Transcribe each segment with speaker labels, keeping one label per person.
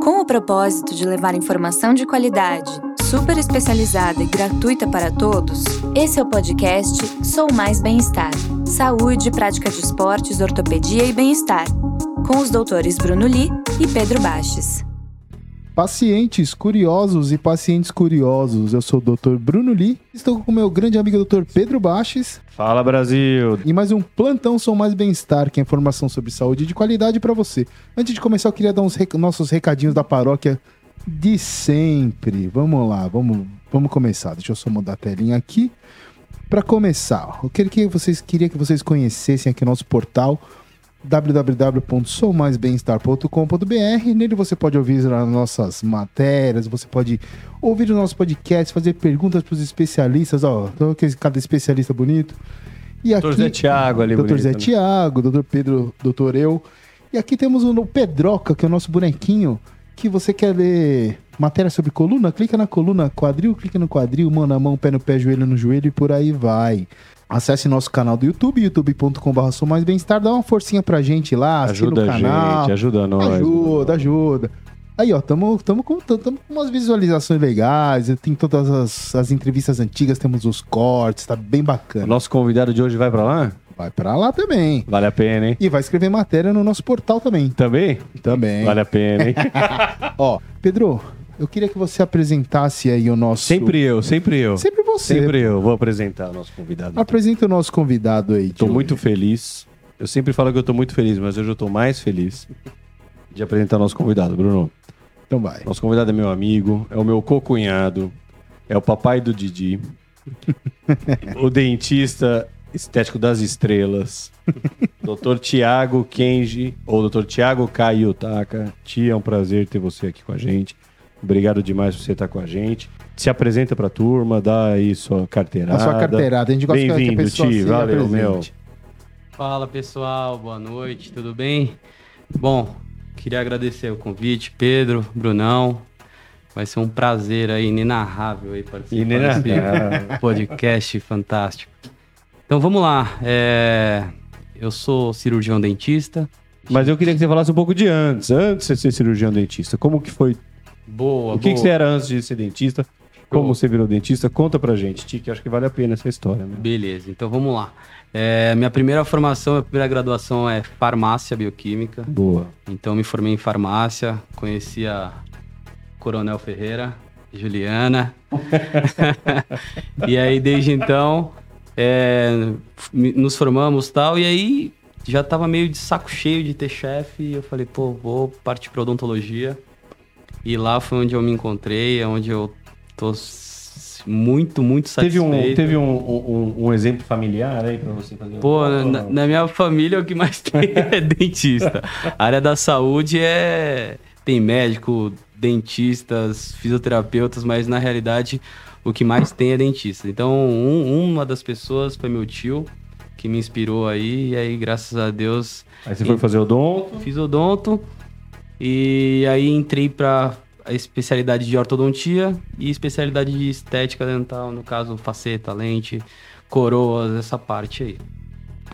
Speaker 1: Com o propósito de levar informação de qualidade, super especializada e gratuita para todos, esse é o podcast Sou Mais Bem-Estar. Saúde, prática de esportes, ortopedia e bem-estar. Com os doutores Bruno Li e Pedro Baches.
Speaker 2: Pacientes curiosos e pacientes curiosos, eu sou o Dr. Bruno Li, estou com o meu grande amigo Dr. Pedro Baches
Speaker 3: Fala Brasil!
Speaker 2: e mais um Plantão Sou Mais Bem-Estar, que é informação sobre saúde de qualidade para você. Antes de começar, eu queria dar uns rec- nossos recadinhos da paróquia de sempre. Vamos lá, vamos, vamos começar. Deixa eu só mudar a telinha aqui. Para começar, eu queria que vocês, queria que vocês conhecessem aqui o nosso portal www.soumaisbemestar.com.br. Nele você pode ouvir as nossas matérias, você pode ouvir o nosso podcast, fazer perguntas para os especialistas, ó, tô com esse- cada especialista bonito. E aqui,
Speaker 3: Dr. Zé Thiago ali,
Speaker 2: Dr.
Speaker 3: bonito,
Speaker 2: Zé
Speaker 3: né?
Speaker 2: Tiago, Dr. Pedro, Dr. Eu. E aqui temos o Pedroca, que é o nosso bonequinho, que você quer ler matéria sobre coluna, clica na coluna, quadril, clica no quadril, mão na mão, pé no pé, joelho no joelho e por aí vai. Acesse nosso canal do YouTube, youtube.com.br, sou mais bem-estar, dá uma forcinha pra gente lá, assina o
Speaker 3: Ajuda a
Speaker 2: assim canal,
Speaker 3: gente, ajuda nós. né?
Speaker 2: Ajuda, ajuda. Aí, ó, tamo, tamo, com, tam- tamo com umas visualizações legais, tem todas as, as entrevistas antigas, temos os cortes, tá bem
Speaker 3: O
Speaker 2: bacana.
Speaker 3: nosso convidado de hoje vai pra lá?
Speaker 2: Vai pra lá também.
Speaker 3: Vale a pena, hein?
Speaker 2: E vai escrever matéria no nosso portal também.
Speaker 3: Também?
Speaker 2: Também.
Speaker 3: Vale a pena, hein?
Speaker 2: Ó, Pedro, eu queria que você apresentasse aí o nosso...
Speaker 3: sempre eu, sempre eu.
Speaker 2: Sempre você.
Speaker 3: Sempre eu. Vou apresentar o nosso convidado.
Speaker 2: Apresenta o nosso convidado aí.
Speaker 3: Tô
Speaker 2: Diogo.
Speaker 3: muito feliz. Eu sempre falo que eu tô muito feliz, mas hoje eu tô mais feliz de apresentar o nosso convidado, Bruno.
Speaker 2: Então vai.
Speaker 3: Nosso convidado é meu amigo, é o meu cocunhado, é o papai do Didi, o dentista estético das estrelas, Dr. Tiago Kenji, ou Dr. Tiago Kaiotaka. Tia, é um prazer ter você aqui com a gente. Obrigado demais por você estar com a gente. Se apresenta pra turma, dá aí sua carteirada.
Speaker 2: A sua carteirada, a gente gosta que a
Speaker 3: Bem-vindo,
Speaker 2: pessoa
Speaker 3: Ti.
Speaker 2: se
Speaker 3: Valeu, meu.
Speaker 2: apresente.
Speaker 4: Fala pessoal, boa noite, tudo bem? Bom, queria agradecer o convite, Pedro, Brunão. Vai ser um prazer aí, inenarrável aí participar
Speaker 3: Inenarrável.
Speaker 4: desse podcast fantástico. Então vamos lá. é, Eu sou cirurgião dentista.
Speaker 3: Mas eu queria que você falasse um pouco de antes, antes de ser cirurgião dentista. Como que foi
Speaker 4: Boa,
Speaker 3: O que,
Speaker 4: boa.
Speaker 3: que você era antes de ser dentista? Como
Speaker 4: Show.
Speaker 3: você virou dentista? Conta pra gente, Tiki. Acho que vale a pena essa história. Né?
Speaker 4: Beleza, então vamos lá. É, minha primeira formação, minha primeira graduação é farmácia bioquímica.
Speaker 3: Boa.
Speaker 4: Então me formei em farmácia, conheci a Coronel Ferreira, Juliana. e aí desde então é, me- nos formamos tal e aí já tava meio de saco cheio de ter chefe e eu falei, pô, vou partir pra odontologia. E lá foi onde eu me encontrei, é onde eu tô s- muito, muito
Speaker 3: Teve,
Speaker 4: satisfeito.
Speaker 3: um, teve um, um- um exemplo familiar aí pra você fazer?
Speaker 4: Pô,
Speaker 3: Ou
Speaker 4: na,
Speaker 3: não?
Speaker 4: na minha família o que mais tem é dentista. A área da saúde é. Tem médico, dentistas, fisioterapeutas, mas na realidade o que mais tem é dentista. Então, um- uma das pessoas foi meu tio, que me inspirou aí, e aí, graças a Deus,
Speaker 3: Aí você foi fazer odonto.
Speaker 4: fiz odonto e aí entrei pra a especialidade de ortodontia e especialidade de estética dental, no caso faceta, lente, coroas, essa parte aí.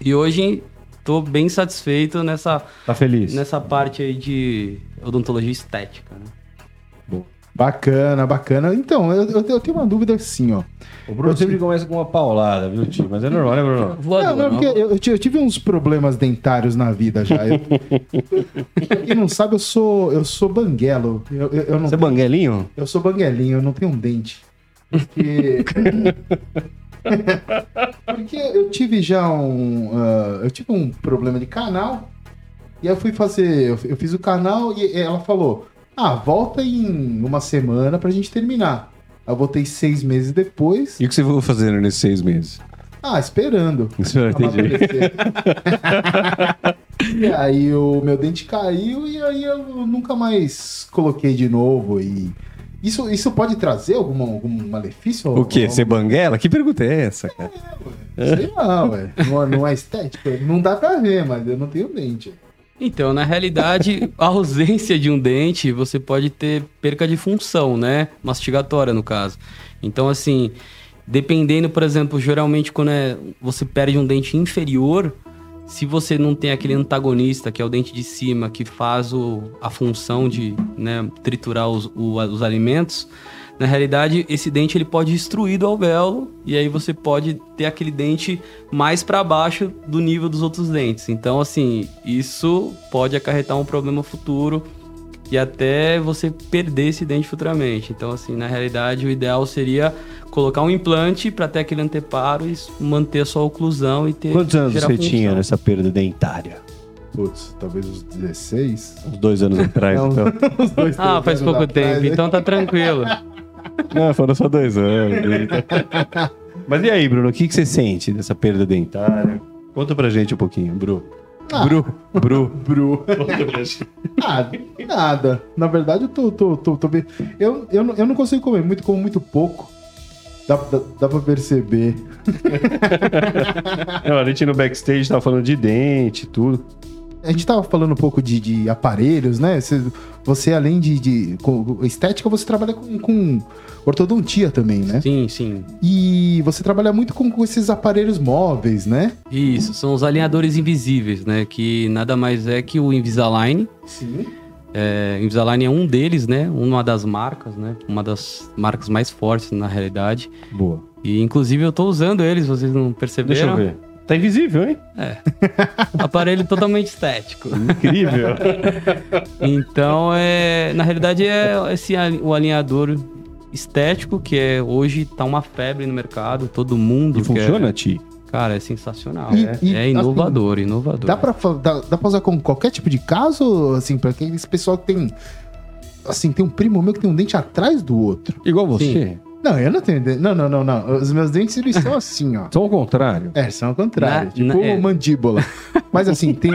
Speaker 4: E hoje tô bem satisfeito nessa,
Speaker 3: Tá feliz?
Speaker 4: nessa parte aí de odontologia estética, né?
Speaker 2: Bacana, bacana. Então, eu, eu- eu tenho uma dúvida assim, ó.
Speaker 3: O Bruno sempre começa com uma paulada, viu, Ti? Mas é normal, né, Bruno?
Speaker 2: É, Não, não, porque eu, eu ti- eu tive uns problemas dentários na vida já. Eu, pra quem não sabe, eu sou, eu sou banguelo. Eu, eu, eu não
Speaker 3: Você é banguelinho?
Speaker 2: Eu sou banguelinho, eu não tenho um dente. Porque. Porque eu tive já um. ah, eu tive um problema de canal. E aí eu fui fazer. Eu, eu fiz o canal e ela falou: Ah, volta em uma semana pra gente terminar. Eu voltei seis meses depois.
Speaker 3: E o que você foi fazendo nesses seis meses? Ah,
Speaker 2: Ah, esperando.
Speaker 3: Você vai entender.
Speaker 2: Amadurecer. e aí o meu dente caiu e aí eu nunca mais coloquei de novo. E isso, isso pode trazer alguma, algum malefício?
Speaker 3: O quê? Ser
Speaker 2: Algum-
Speaker 3: banguela? Que pergunta é essa, cara?
Speaker 2: Sei lá, ué. Não, não é estético? Não dá pra ver, mas eu não tenho dente.
Speaker 4: Então, na realidade, a ausência de um dente, você pode ter perca de função, né? Mastigatória, no caso. Então, assim, dependendo, por exemplo, geralmente quando é- você perde um dente inferior, se você não tem aquele antagonista, que é o dente de cima, que faz o- a função de né, triturar os, o- os alimentos, na realidade, esse dente ele pode ir destruído ao alvéolo e aí você pode ter aquele dente mais para baixo do nível dos outros dentes. Então, assim, isso pode acarretar um problema futuro e até você perder esse dente futuramente. Então, assim, na realidade, o ideal seria colocar um implante para ter aquele anteparo e s- manter a sua oclusão e ter.
Speaker 3: Quantos anos
Speaker 4: gerar
Speaker 3: você
Speaker 4: função.
Speaker 3: tinha nessa perda dentária?
Speaker 2: Putz, talvez uns 16?
Speaker 3: Uns dois anos atrás,
Speaker 2: Não.
Speaker 3: então.
Speaker 2: Uns dois,
Speaker 4: Ah,
Speaker 2: três
Speaker 4: faz
Speaker 2: anos
Speaker 4: pouco
Speaker 2: atrás,
Speaker 4: tempo,
Speaker 2: né?
Speaker 4: então tá tranquilo.
Speaker 3: Não, foram só dois anos. né? Mas e aí, Bruno, o que, que você sente dessa perda dentária? Conta pra gente um pouquinho, Bru.
Speaker 2: Ah.
Speaker 3: Bru, Bru.
Speaker 2: Bru.
Speaker 3: Conta pra gente.
Speaker 2: Ah, nada. Na verdade, eu tô, tô, tô, tô bem. Eu, eu, não- eu não consigo comer muito, como muito pouco. Dá, dá, dá pra perceber.
Speaker 3: Não, a gente no backstage tava falando de dente e tudo.
Speaker 2: A gente tava falando um pouco de, de aparelhos, né? Você, você, além de, de com estética, você trabalha com, com ortodontia também, né?
Speaker 4: Sim, sim.
Speaker 2: E você trabalha muito com, com esses aparelhos móveis, né?
Speaker 4: Isso, são os alinhadores invisíveis, né? Que nada mais é que o Invisalign.
Speaker 2: Sim.
Speaker 4: É, Invisalign é um deles, né? Uma das marcas, né? Uma das marcas mais fortes na realidade.
Speaker 3: Boa.
Speaker 4: E inclusive eu tô usando eles, vocês não
Speaker 3: Deixa eu
Speaker 4: perceberam?
Speaker 3: ver. Tá invisível, hein?
Speaker 4: Aparelho totalmente estético.
Speaker 3: Incrível.
Speaker 4: Então, é, na realidade, é esse ali- o alinhador estético que é hoje tá uma febre no mercado, todo mundo
Speaker 3: E
Speaker 4: quer.
Speaker 3: funciona, assim, Ti?
Speaker 4: Cara, é sensacional.
Speaker 2: E-
Speaker 4: é,
Speaker 2: e,
Speaker 4: é inovador, inovador.
Speaker 2: Dá pra, fa- dá, dá pra usar com qualquer tipo de caso, assim, pra aqueles pessoal que tem. Assim, tem um primo meu que tem um dente atrás do outro.
Speaker 3: Igual
Speaker 4: você.
Speaker 2: Não, eu não tenho dente. Não, não, não, não. Os meus dentes eles são assim, ó.
Speaker 3: Só ao contrário.
Speaker 2: É, são ao contrário.
Speaker 4: Na-
Speaker 2: tipo
Speaker 4: na- é.
Speaker 2: mandíbula. Mas assim, tem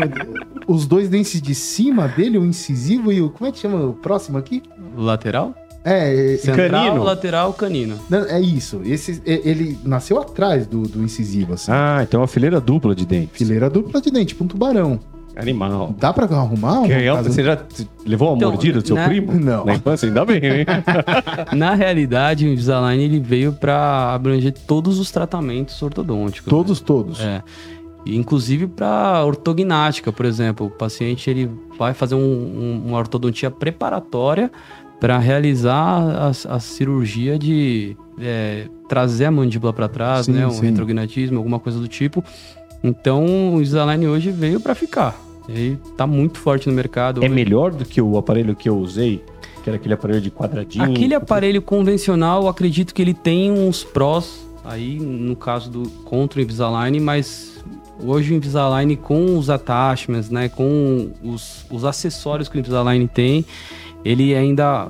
Speaker 2: os dois dentes de cima dele, o incisivo e o. Como é que chama o próximo aqui?
Speaker 4: Lateral?
Speaker 2: É, é,
Speaker 4: Central,
Speaker 3: canino.
Speaker 4: lateral, canino.
Speaker 2: não, é isso. Esse, é- ele nasceu atrás do, do incisivo, assim.
Speaker 3: Ah, então é uma fileira dupla de dentes.
Speaker 2: Fileira dupla de dente, tipo um tubarão.
Speaker 3: Animal.
Speaker 2: Dá pra arrumar?
Speaker 3: Que
Speaker 2: uma
Speaker 3: é-
Speaker 2: casa-
Speaker 3: Você já t- levou uma
Speaker 4: Então,
Speaker 3: mordida do seu
Speaker 4: na-
Speaker 3: primo?
Speaker 2: Não.
Speaker 3: Na infância, ainda bem, hein?
Speaker 4: Na realidade, o Invisalign ele veio para abranger todos os tratamentos ortodônticos. né?
Speaker 2: Todos, todos.
Speaker 4: É. E, Inclusive para ortognática, por exemplo, o paciente ele vai fazer um- um- uma ortodontia preparatória para realizar a, a cirurgia de é, trazer a mandíbula para trás,
Speaker 2: Sim,
Speaker 4: né, um
Speaker 2: sim.
Speaker 4: retrognatismo, alguma coisa do tipo. Então o Invisalign hoje veio para ficar. Ele tá muito forte no mercado.
Speaker 3: É melhor do que o aparelho que eu usei, que era aquele aparelho de quadradinho.
Speaker 4: Aquele aparelho convencional, eu acredito que ele tem uns prós aí, no caso do contra o Invisalign, mas hoje o Invisalign com os attachments, né, com os, os acessórios que o Invisalign tem, ele ainda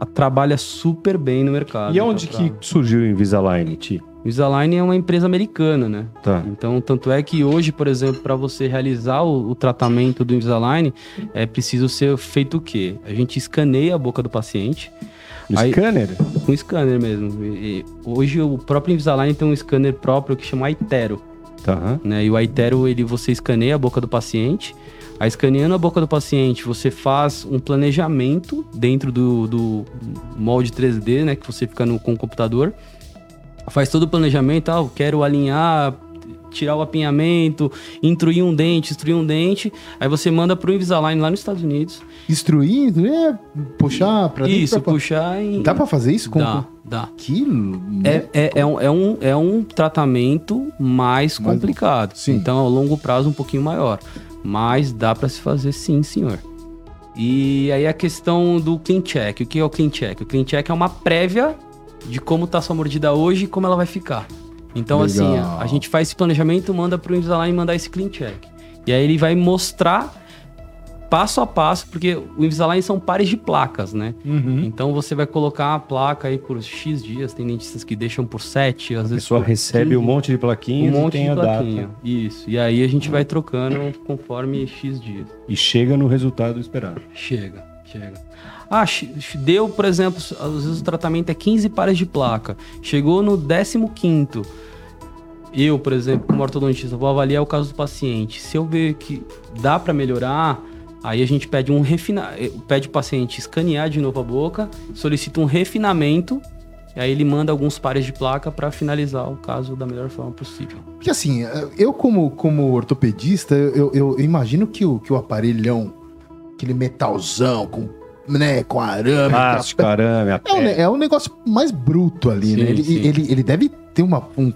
Speaker 4: a- trabalha super bem no mercado.
Speaker 3: E onde
Speaker 4: Então,
Speaker 3: que
Speaker 4: tá.
Speaker 3: surgiu o Invisalign, Ti?
Speaker 4: Invisalign é uma empresa americana, né?
Speaker 3: Tá.
Speaker 4: Então, tanto é que hoje, por exemplo, para você realizar o, o tratamento do Invisalign, é preciso ser feito o quê? A gente escaneia a boca do paciente,
Speaker 3: No
Speaker 4: Aí-
Speaker 3: scanner?
Speaker 4: um scanner mesmo. E- e hoje o próprio Invisalign tem um scanner próprio que chama Itero,
Speaker 3: Tá.
Speaker 4: né? E o Itero, ele você escaneia a boca do paciente. Aí, escaneando a boca do paciente, você faz um planejamento dentro do, do molde 3D, né? Que você fica no, com o computador. Faz todo o planejamento, ah, eu quero alinhar, tirar o apinhamento, intruir um dente, extruir um dente. Aí você manda pro Invisalign lá nos Estados Unidos.
Speaker 2: Instruindo, é puxar pra dentro,
Speaker 4: isso,
Speaker 2: pra-
Speaker 4: puxar e...
Speaker 2: Dá pra fazer isso com
Speaker 4: Dá, dá.
Speaker 2: quilo?
Speaker 4: É, é, é um, é, um, é um tratamento mais
Speaker 2: Mais-
Speaker 4: complicado.
Speaker 2: sim.
Speaker 4: Então, ao longo prazo, um pouquinho maior. Mas dá para se fazer sim, senhor. E aí a questão do clean check. O que é o clean check? O clean check é uma prévia de como tá sua mordida hoje e como ela vai ficar. Então,
Speaker 2: Legal.
Speaker 4: assim, a, a gente faz esse planejamento, manda pro Invisalign mandar esse clean check. E aí ele vai mostrar passo a passo, porque o Invisalign são pares de placas, né?
Speaker 3: Hum?
Speaker 4: Então você vai colocar a placa aí por X dias, tem dentistas que deixam por 7, às
Speaker 3: A
Speaker 4: vezes
Speaker 3: pessoa
Speaker 4: por
Speaker 3: recebe um
Speaker 4: 15,
Speaker 3: monte de
Speaker 4: um
Speaker 3: plaquinhas e
Speaker 4: monte
Speaker 3: tem a
Speaker 4: de plaquinha.
Speaker 3: data. Hum.
Speaker 4: Isso. E aí a gente vai trocando conforme X dias.
Speaker 3: E chega no resultado esperado.
Speaker 4: Chega, chega. Ah, che- che- deu, por exemplo, às vezes o tratamento é 15 pares de placa. Chegou no 15 eu, por exemplo, como ortodontista, vou avaliar o caso do paciente. Se eu ver que dá para melhorar, aí a gente pede um refina... eh, pede o paciente escanear de novo a boca, solicita um refinamento E aí ele manda alguns pares de placa para finalizar o caso da melhor forma possível.
Speaker 2: Porque assim, eu como, como ortopedista, eu, eu imagino que o, que o aparelhão, aquele metalzão com, né, com arame,
Speaker 4: Ah,
Speaker 3: Plástico, arame, a
Speaker 2: É um,
Speaker 3: pele.
Speaker 2: é um negócio mais bruto ali,
Speaker 4: Sim,
Speaker 2: né? Ele,
Speaker 4: sim.
Speaker 2: ele, ele deve ter uma, um-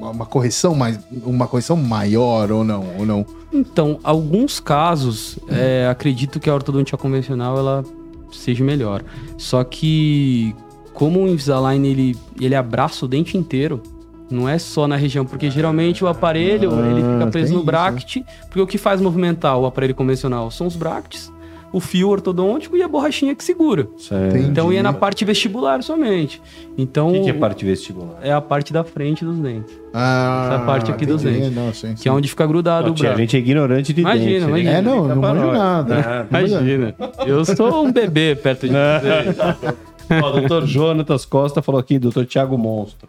Speaker 2: uma correção mais, uma correção maior ou não, ou não.
Speaker 4: Então, alguns casos, é, acredito que a ortodontia convencional ela seja melhor. Só que como o Invisalign ele, ele abraça o dente inteiro, não é só na região, porque geralmente o aparelho
Speaker 2: Ah,
Speaker 4: ele fica preso
Speaker 2: tem
Speaker 4: no
Speaker 2: isso,
Speaker 4: bracket, porque o que faz movimentar o aparelho convencional são os brackets, o fio ortodôntico e a borrachinha que segura.
Speaker 2: Entendi.
Speaker 3: Certo.
Speaker 4: Então, e é na parte vestibular somente. Então,
Speaker 3: O que, que é parte vestibular?
Speaker 4: é a parte da frente dos dentes,
Speaker 2: Ah,
Speaker 4: Essa parte aqui do
Speaker 2: entendi.
Speaker 4: dente.
Speaker 2: Não, sim,
Speaker 4: que
Speaker 2: sim.
Speaker 4: é onde fica grudado
Speaker 3: Não,
Speaker 4: o
Speaker 3: tia, a
Speaker 4: braço.
Speaker 3: gente é ignorante de
Speaker 4: Imagina,
Speaker 3: dente. né?
Speaker 4: imagina.
Speaker 2: É, não,
Speaker 3: Fica
Speaker 2: não
Speaker 3: pra
Speaker 2: manjo
Speaker 3: nós.
Speaker 4: né?
Speaker 2: nada.
Speaker 4: Imagina. Eu sou um bebê perto de
Speaker 3: É.
Speaker 4: você.
Speaker 3: Ó, o doutor Jonatas Costa falou aqui, doutor Tiago Monstro.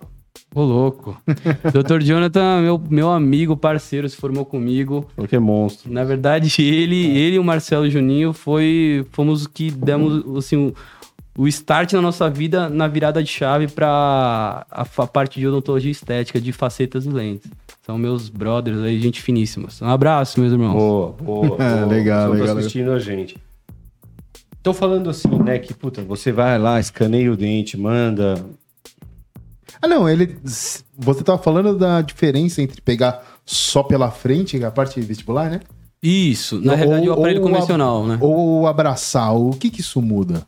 Speaker 4: Ô, louco. Dr. Jonathan, meu, meu amigo, parceiro, se formou comigo.
Speaker 3: Falou que é monstro.
Speaker 4: Na verdade,
Speaker 2: É.
Speaker 4: ele, ele e o Marcelo Juninho foi, fomos os que demos assim, o, o start na nossa vida na virada de chave para a, fa- parte de odontologia estética, de facetas e lentes. São meus brothers aí, gente finíssimos. Um abraço, meus irmãos.
Speaker 3: Boa, boa.
Speaker 2: É,
Speaker 3: boa.
Speaker 2: legal,
Speaker 3: Estão
Speaker 2: legal,
Speaker 3: assistindo a gente. Estão falando assim, né? Que puta, você vai lá, escaneia o dente, manda.
Speaker 2: Ah, não, ele. Você tava falando da diferença entre pegar só pela frente, que é a parte vestibular, né?
Speaker 4: Isso, na
Speaker 2: Ou-
Speaker 4: realidade, o aparelho
Speaker 2: ou a-
Speaker 4: convencional, né?
Speaker 2: Ou abraçar. O que que isso muda?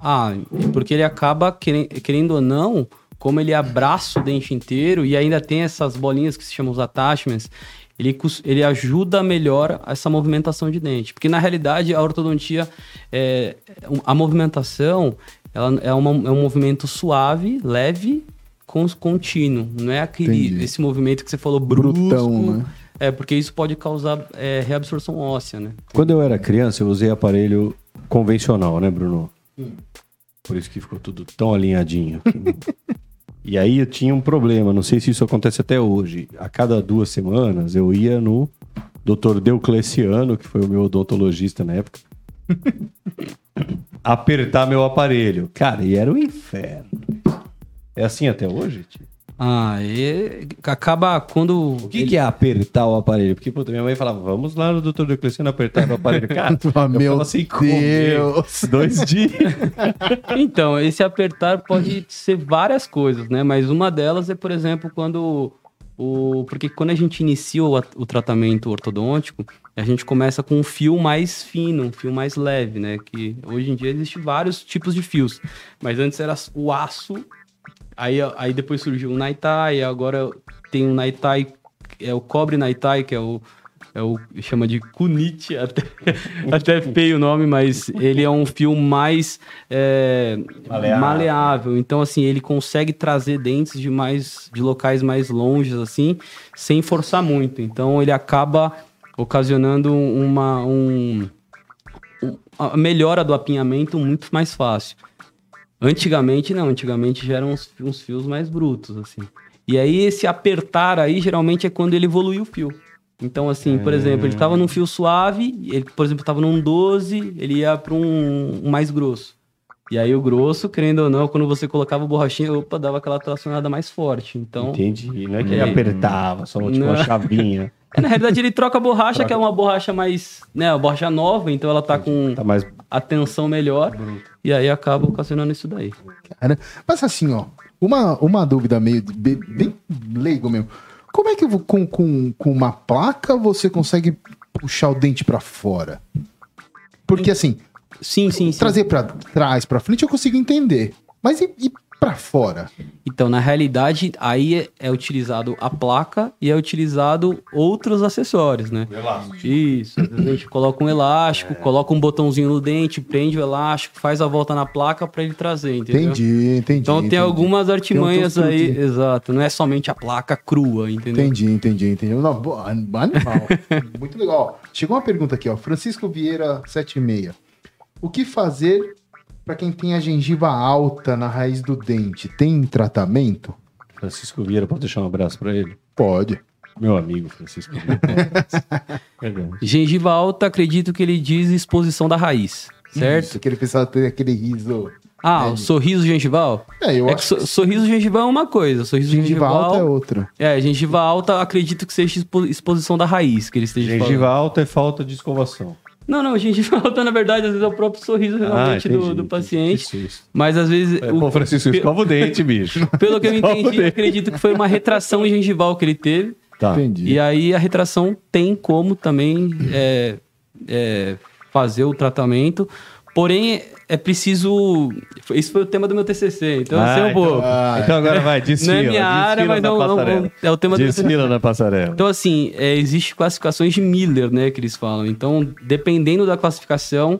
Speaker 4: Ah, porque ele acaba, queren- querendo ou não, como ele abraça o dente inteiro e ainda tem essas bolinhas que se chamam os attachments, ele, cus- ele ajuda a melhor essa movimentação de dente. Porque na realidade a ortodontia, é, um- a movimentação, ela é, uma- é um movimento suave, leve, cons- contínuo. Não é aquele,
Speaker 2: Entendi.
Speaker 4: esse movimento que você falou brusco.
Speaker 2: Brutão, né?
Speaker 4: É, porque isso pode causar é, reabsorção óssea, né?
Speaker 3: Quando eu era criança, eu usei aparelho convencional, né, Bruno? Por isso que ficou tudo tão alinhadinho. e aí eu tinha um problema, não sei se isso acontece até hoje. A cada duas semanas eu ia no Dr. Deucleciano, que foi o meu odontologista na época, apertar meu aparelho. Cara, e era o inferno. É assim até hoje, tio?
Speaker 4: Ah, e acaba quando.
Speaker 3: O que, que é apertar o aparelho? Porque, puta, minha mãe falava, vamos lá no doutor Diocleciano apertar o aparelho. Cara,
Speaker 2: Ah,
Speaker 3: eu
Speaker 2: meu
Speaker 3: ficava sem
Speaker 4: assim,
Speaker 3: comer
Speaker 2: Deus.
Speaker 3: Dois dias.
Speaker 4: Então, esse apertar pode ser várias coisas, né? Mas uma delas é, por exemplo, quando o. Porque quando a gente inicia o, at- o tratamento ortodôntico, a gente começa com um fio mais fino, um fio mais leve, né? Que hoje em dia existem vários tipos de fios. Mas antes era o aço, aí, aí depois surgiu o Naitai, agora tem o Naitai, é o cobre Naitai, que é o. É o chama de kunite, até, até feio o nome, mas ele é um fio mais é,
Speaker 3: Maleável.
Speaker 4: maleável. Então, assim, ele consegue trazer dentes de mais de locais mais longes, assim, sem forçar muito. Então, ele acaba ocasionando uma um, um- a melhora do apinhamento muito mais fácil. Antigamente não, antigamente já eram uns, uns fios mais brutos assim. E aí esse apertar aí geralmente é quando ele evoluiu o fio. Então assim,
Speaker 3: Hum.
Speaker 4: por exemplo, ele estava num fio suave, ele por exemplo estava num 12, ele ia para um, um mais grosso. E aí o grosso, querendo ou não, quando você colocava a borrachinha, opa, dava aquela tracionada mais forte. Então,
Speaker 3: Entendi. Não é que ele
Speaker 4: Hum.
Speaker 3: apertava, só tipo uma
Speaker 4: Não.
Speaker 3: chavinha.
Speaker 4: é, na realidade ele troca a borracha,
Speaker 3: Troca.
Speaker 4: que é uma borracha mais, né, uma borracha nova, então ela tá com
Speaker 3: Tá mais
Speaker 4: atenção melhor
Speaker 3: bruto.
Speaker 4: e aí acaba ocasionando isso daí.
Speaker 2: Cara, Mas assim, ó, uma, uma dúvida meio de- be- bem, leigo mesmo. Como é que vo- com, com, com uma placa você consegue puxar o dente pra fora? Porque assim,
Speaker 4: Sim, sim, sim.
Speaker 2: trazer pra trás, pra frente eu consigo entender. Mas e, e pra fora?
Speaker 4: Então, na realidade, aí é, é utilizado a placa e é utilizado outros acessórios, né? Isso, às vezes a gente coloca um elástico, coloca um botãozinho no dente, prende o elástico, faz a volta na placa pra ele trazer, entendeu?
Speaker 2: Entendi, entendi.
Speaker 4: Então
Speaker 2: entendi.
Speaker 4: tem algumas artimanhas
Speaker 2: Tem um outros
Speaker 4: aí,
Speaker 2: truques.
Speaker 4: exato. Não é somente a placa crua, entendeu?
Speaker 2: Entendi, entendi, entendi. Não, bo- animal. Muito legal. Ó, Chegou uma pergunta aqui, ó. Francisco Vieira 76. O que fazer pra quem tem a gengiva alta na raiz do dente? Tem tratamento?
Speaker 3: Francisco Vieira, pode deixar um abraço pra ele?
Speaker 2: Pode.
Speaker 3: Meu amigo Francisco Vieira. Perdão.
Speaker 4: Gengiva alta, acredito que ele diz exposição da raiz, certo?
Speaker 2: Isso, que ele precisava ter aquele riso.
Speaker 4: Ah, o sorriso gengival?
Speaker 2: É, Uhum. eu
Speaker 4: É que
Speaker 2: acho
Speaker 4: so- sorriso gengival é uma coisa, sorriso
Speaker 2: que gengiva
Speaker 4: gengival...
Speaker 2: alta é outra.
Speaker 4: É, gengiva alta, acredito que seja expo- exposição da raiz que ele esteja
Speaker 3: Gengiva
Speaker 4: falando.
Speaker 3: alta é falta de escovação.
Speaker 4: Não, não, gengiva alta, na verdade, às vezes é o próprio sorriso realmente do, do paciente. Mas às vezes,
Speaker 3: Ah, É,
Speaker 4: o-
Speaker 3: pô, Francisco,
Speaker 4: pe-
Speaker 3: escova o dente, bicho.
Speaker 4: pelo que eu
Speaker 3: Escova o
Speaker 4: entendi,
Speaker 3: dente.
Speaker 4: acredito que foi uma retração gengival que ele teve.
Speaker 3: Tá.
Speaker 2: Entendi.
Speaker 4: E aí a retração tem como também é, é, fazer o tratamento. Porém, é preciso. Isso foi o tema do meu TCC, então eu sei um
Speaker 3: Ah,
Speaker 4: pouco.
Speaker 2: Ah,
Speaker 3: Então agora vai,
Speaker 4: Não
Speaker 3: desfila.
Speaker 4: é minha área,
Speaker 3: desfila
Speaker 4: mas
Speaker 3: na
Speaker 4: não, não-
Speaker 3: passarela.
Speaker 4: é o tema do TCC.
Speaker 3: Desfila na passarela.
Speaker 4: Então, assim, é, existe classificações de Miller, né, que eles falam. Então, dependendo da classificação,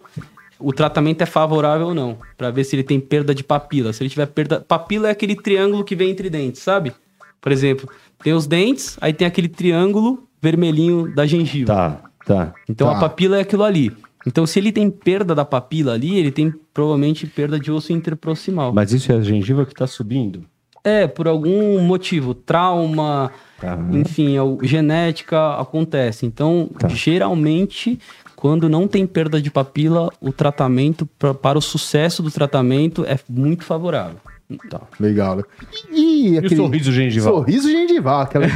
Speaker 4: o tratamento é favorável ou não, Pra ver se ele tem perda de papila. Se ele tiver perda, papila é aquele triângulo que vem entre dentes, sabe? Por exemplo, tem os dentes, aí tem aquele triângulo vermelhinho da gengiva.
Speaker 3: Tá, tá.
Speaker 4: Então
Speaker 2: Tá.
Speaker 4: a papila é aquilo ali. Então, se ele tem perda da papila ali, ele tem provavelmente perda de osso interproximal.
Speaker 3: Mas isso é a gengiva que tá subindo?
Speaker 4: É, por algum motivo, trauma,
Speaker 3: Tá.
Speaker 4: enfim, a- genética acontece. Então,
Speaker 3: Tá.
Speaker 4: geralmente, quando não tem perda de papila, o tratamento, pra- para o sucesso do tratamento, é muito favorável. Então,
Speaker 2: Legal. E,
Speaker 3: E o sorriso gengival?
Speaker 2: Sorriso gengival, aquela.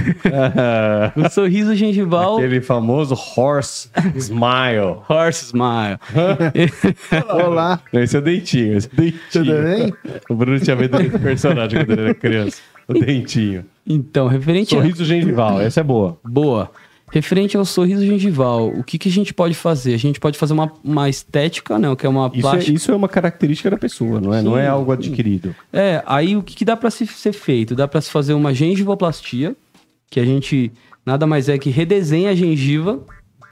Speaker 4: O sorriso gengival.
Speaker 3: Aquele famoso horse smile.
Speaker 4: Horse smile.
Speaker 2: Olá,
Speaker 3: Não, Esse é o dentinho, esse é o
Speaker 2: tudo
Speaker 3: dentinho.
Speaker 2: bem?
Speaker 3: O Bruno tinha medo desse personagem quando ele era criança. O dentinho.
Speaker 4: Então, referente a...
Speaker 3: Sorriso gengival, essa é boa.
Speaker 4: Boa. Referente ao sorriso gengival, o que, que a gente pode fazer? A gente pode fazer uma, uma estética, não, que é uma
Speaker 3: Isso é,
Speaker 4: plástica.
Speaker 3: isso é uma característica da pessoa, não é? não é algo adquirido.
Speaker 4: É, aí o que, que dá pra se ser feito? Dá pra se fazer uma gengivoplastia, que a gente nada mais é que redesenha a gengiva.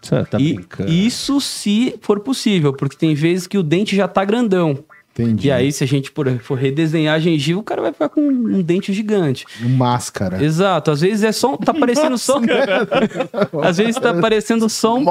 Speaker 3: Você tá
Speaker 4: e
Speaker 3: brincando.
Speaker 4: isso se for possível, porque tem vezes que o dente já tá grandão.
Speaker 2: Entendi.
Speaker 4: E aí, se a gente por- for redesenhar a gengiva, o cara vai ficar com um dente gigante.
Speaker 2: Máscara.
Speaker 4: Exato, às vezes é só. Tá parecendo só. às vezes tá parecendo só um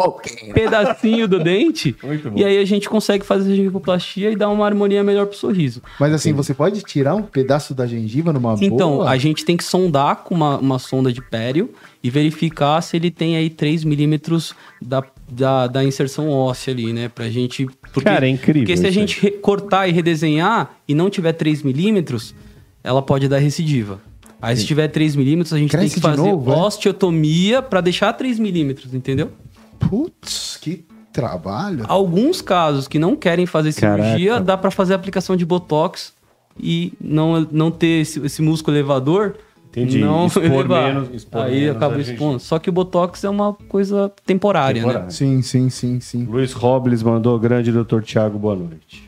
Speaker 4: pedacinho do dente.
Speaker 3: Muito bom.
Speaker 4: E aí a gente consegue fazer a gengivoplastia e dar uma harmonia melhor pro sorriso.
Speaker 2: Mas assim, você pode tirar um pedaço da gengiva numa
Speaker 4: Então,
Speaker 2: boa?
Speaker 4: a gente tem que sondar com uma, uma sonda de pério e verificar se ele tem aí 3 milímetros da, da, da inserção óssea ali, né? Pra gente. Porque,
Speaker 3: Cara, é incrível
Speaker 4: Porque se a
Speaker 3: isso
Speaker 4: gente re- cortar e redesenhar e não tiver 3 milímetros, ela pode dar recidiva. Aí, se tiver 3 milímetros, a gente
Speaker 2: Cresce de
Speaker 4: tem que fazer
Speaker 2: novo, é?
Speaker 4: osteotomia pra deixar 3 milímetros, entendeu?
Speaker 2: Putz, que trabalho.
Speaker 4: Alguns casos que não querem fazer cirurgia,
Speaker 3: Caraca.
Speaker 4: dá pra fazer aplicação de botox e não, não ter esse, esse músculo elevador.
Speaker 3: Entendi.
Speaker 4: Não
Speaker 3: Expor
Speaker 4: elevar.
Speaker 3: menos- expor
Speaker 4: Aí
Speaker 3: menos
Speaker 4: acaba
Speaker 3: a gente.
Speaker 4: expondo. Só que o botox é uma coisa temporária,
Speaker 3: Temporária.
Speaker 4: né?
Speaker 2: Sim, sim, sim, sim.
Speaker 3: Luiz Robles mandou grande doutor Tiago, boa noite.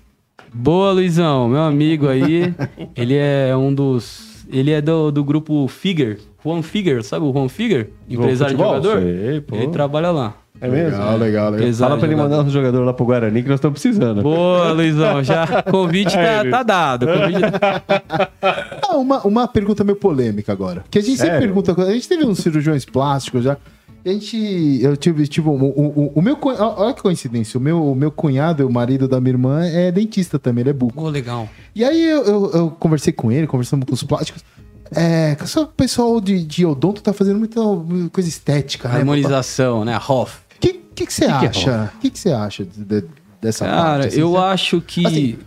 Speaker 4: Boa, Luizão, meu amigo aí. ele é um dos. Ele é do, do grupo Figure. Juan Figure, sabe o Juan Figure? Empresário de
Speaker 3: futebol?
Speaker 4: jogador?
Speaker 3: Sei, pô.
Speaker 4: Ele trabalha lá.
Speaker 3: É mesmo?
Speaker 2: Legal, legal, legal.
Speaker 4: Empresário
Speaker 3: Fala pra ele
Speaker 4: jogador.
Speaker 3: mandar um jogador lá pro Guarani que nós estamos precisando.
Speaker 4: Boa, Luizão, já. Convite tá, tá dado. Convite
Speaker 2: Ah, uma, uma pergunta meio polêmica agora. Que a gente sempre
Speaker 3: Sério?
Speaker 2: pergunta. A gente teve uns cirurgiões plásticos já. A gente. Eu tive. tive um- um- um- o meu. cu- Olha que coincidência. O meu, o meu cunhado, o marido da minha irmã, é dentista também, ele é buco.
Speaker 4: Pô, legal.
Speaker 2: E aí eu, eu- eu conversei com ele, conversamos com os plásticos. É, que só o pessoal de, de odonto tá fazendo muita coisa estética, né?
Speaker 4: Harmonização, né? Hoff.
Speaker 2: O que, que, que você acha? O que, que você acha de- de- dessa parte?
Speaker 4: Cara,
Speaker 2: assim?
Speaker 4: eu acho que.
Speaker 2: Assim,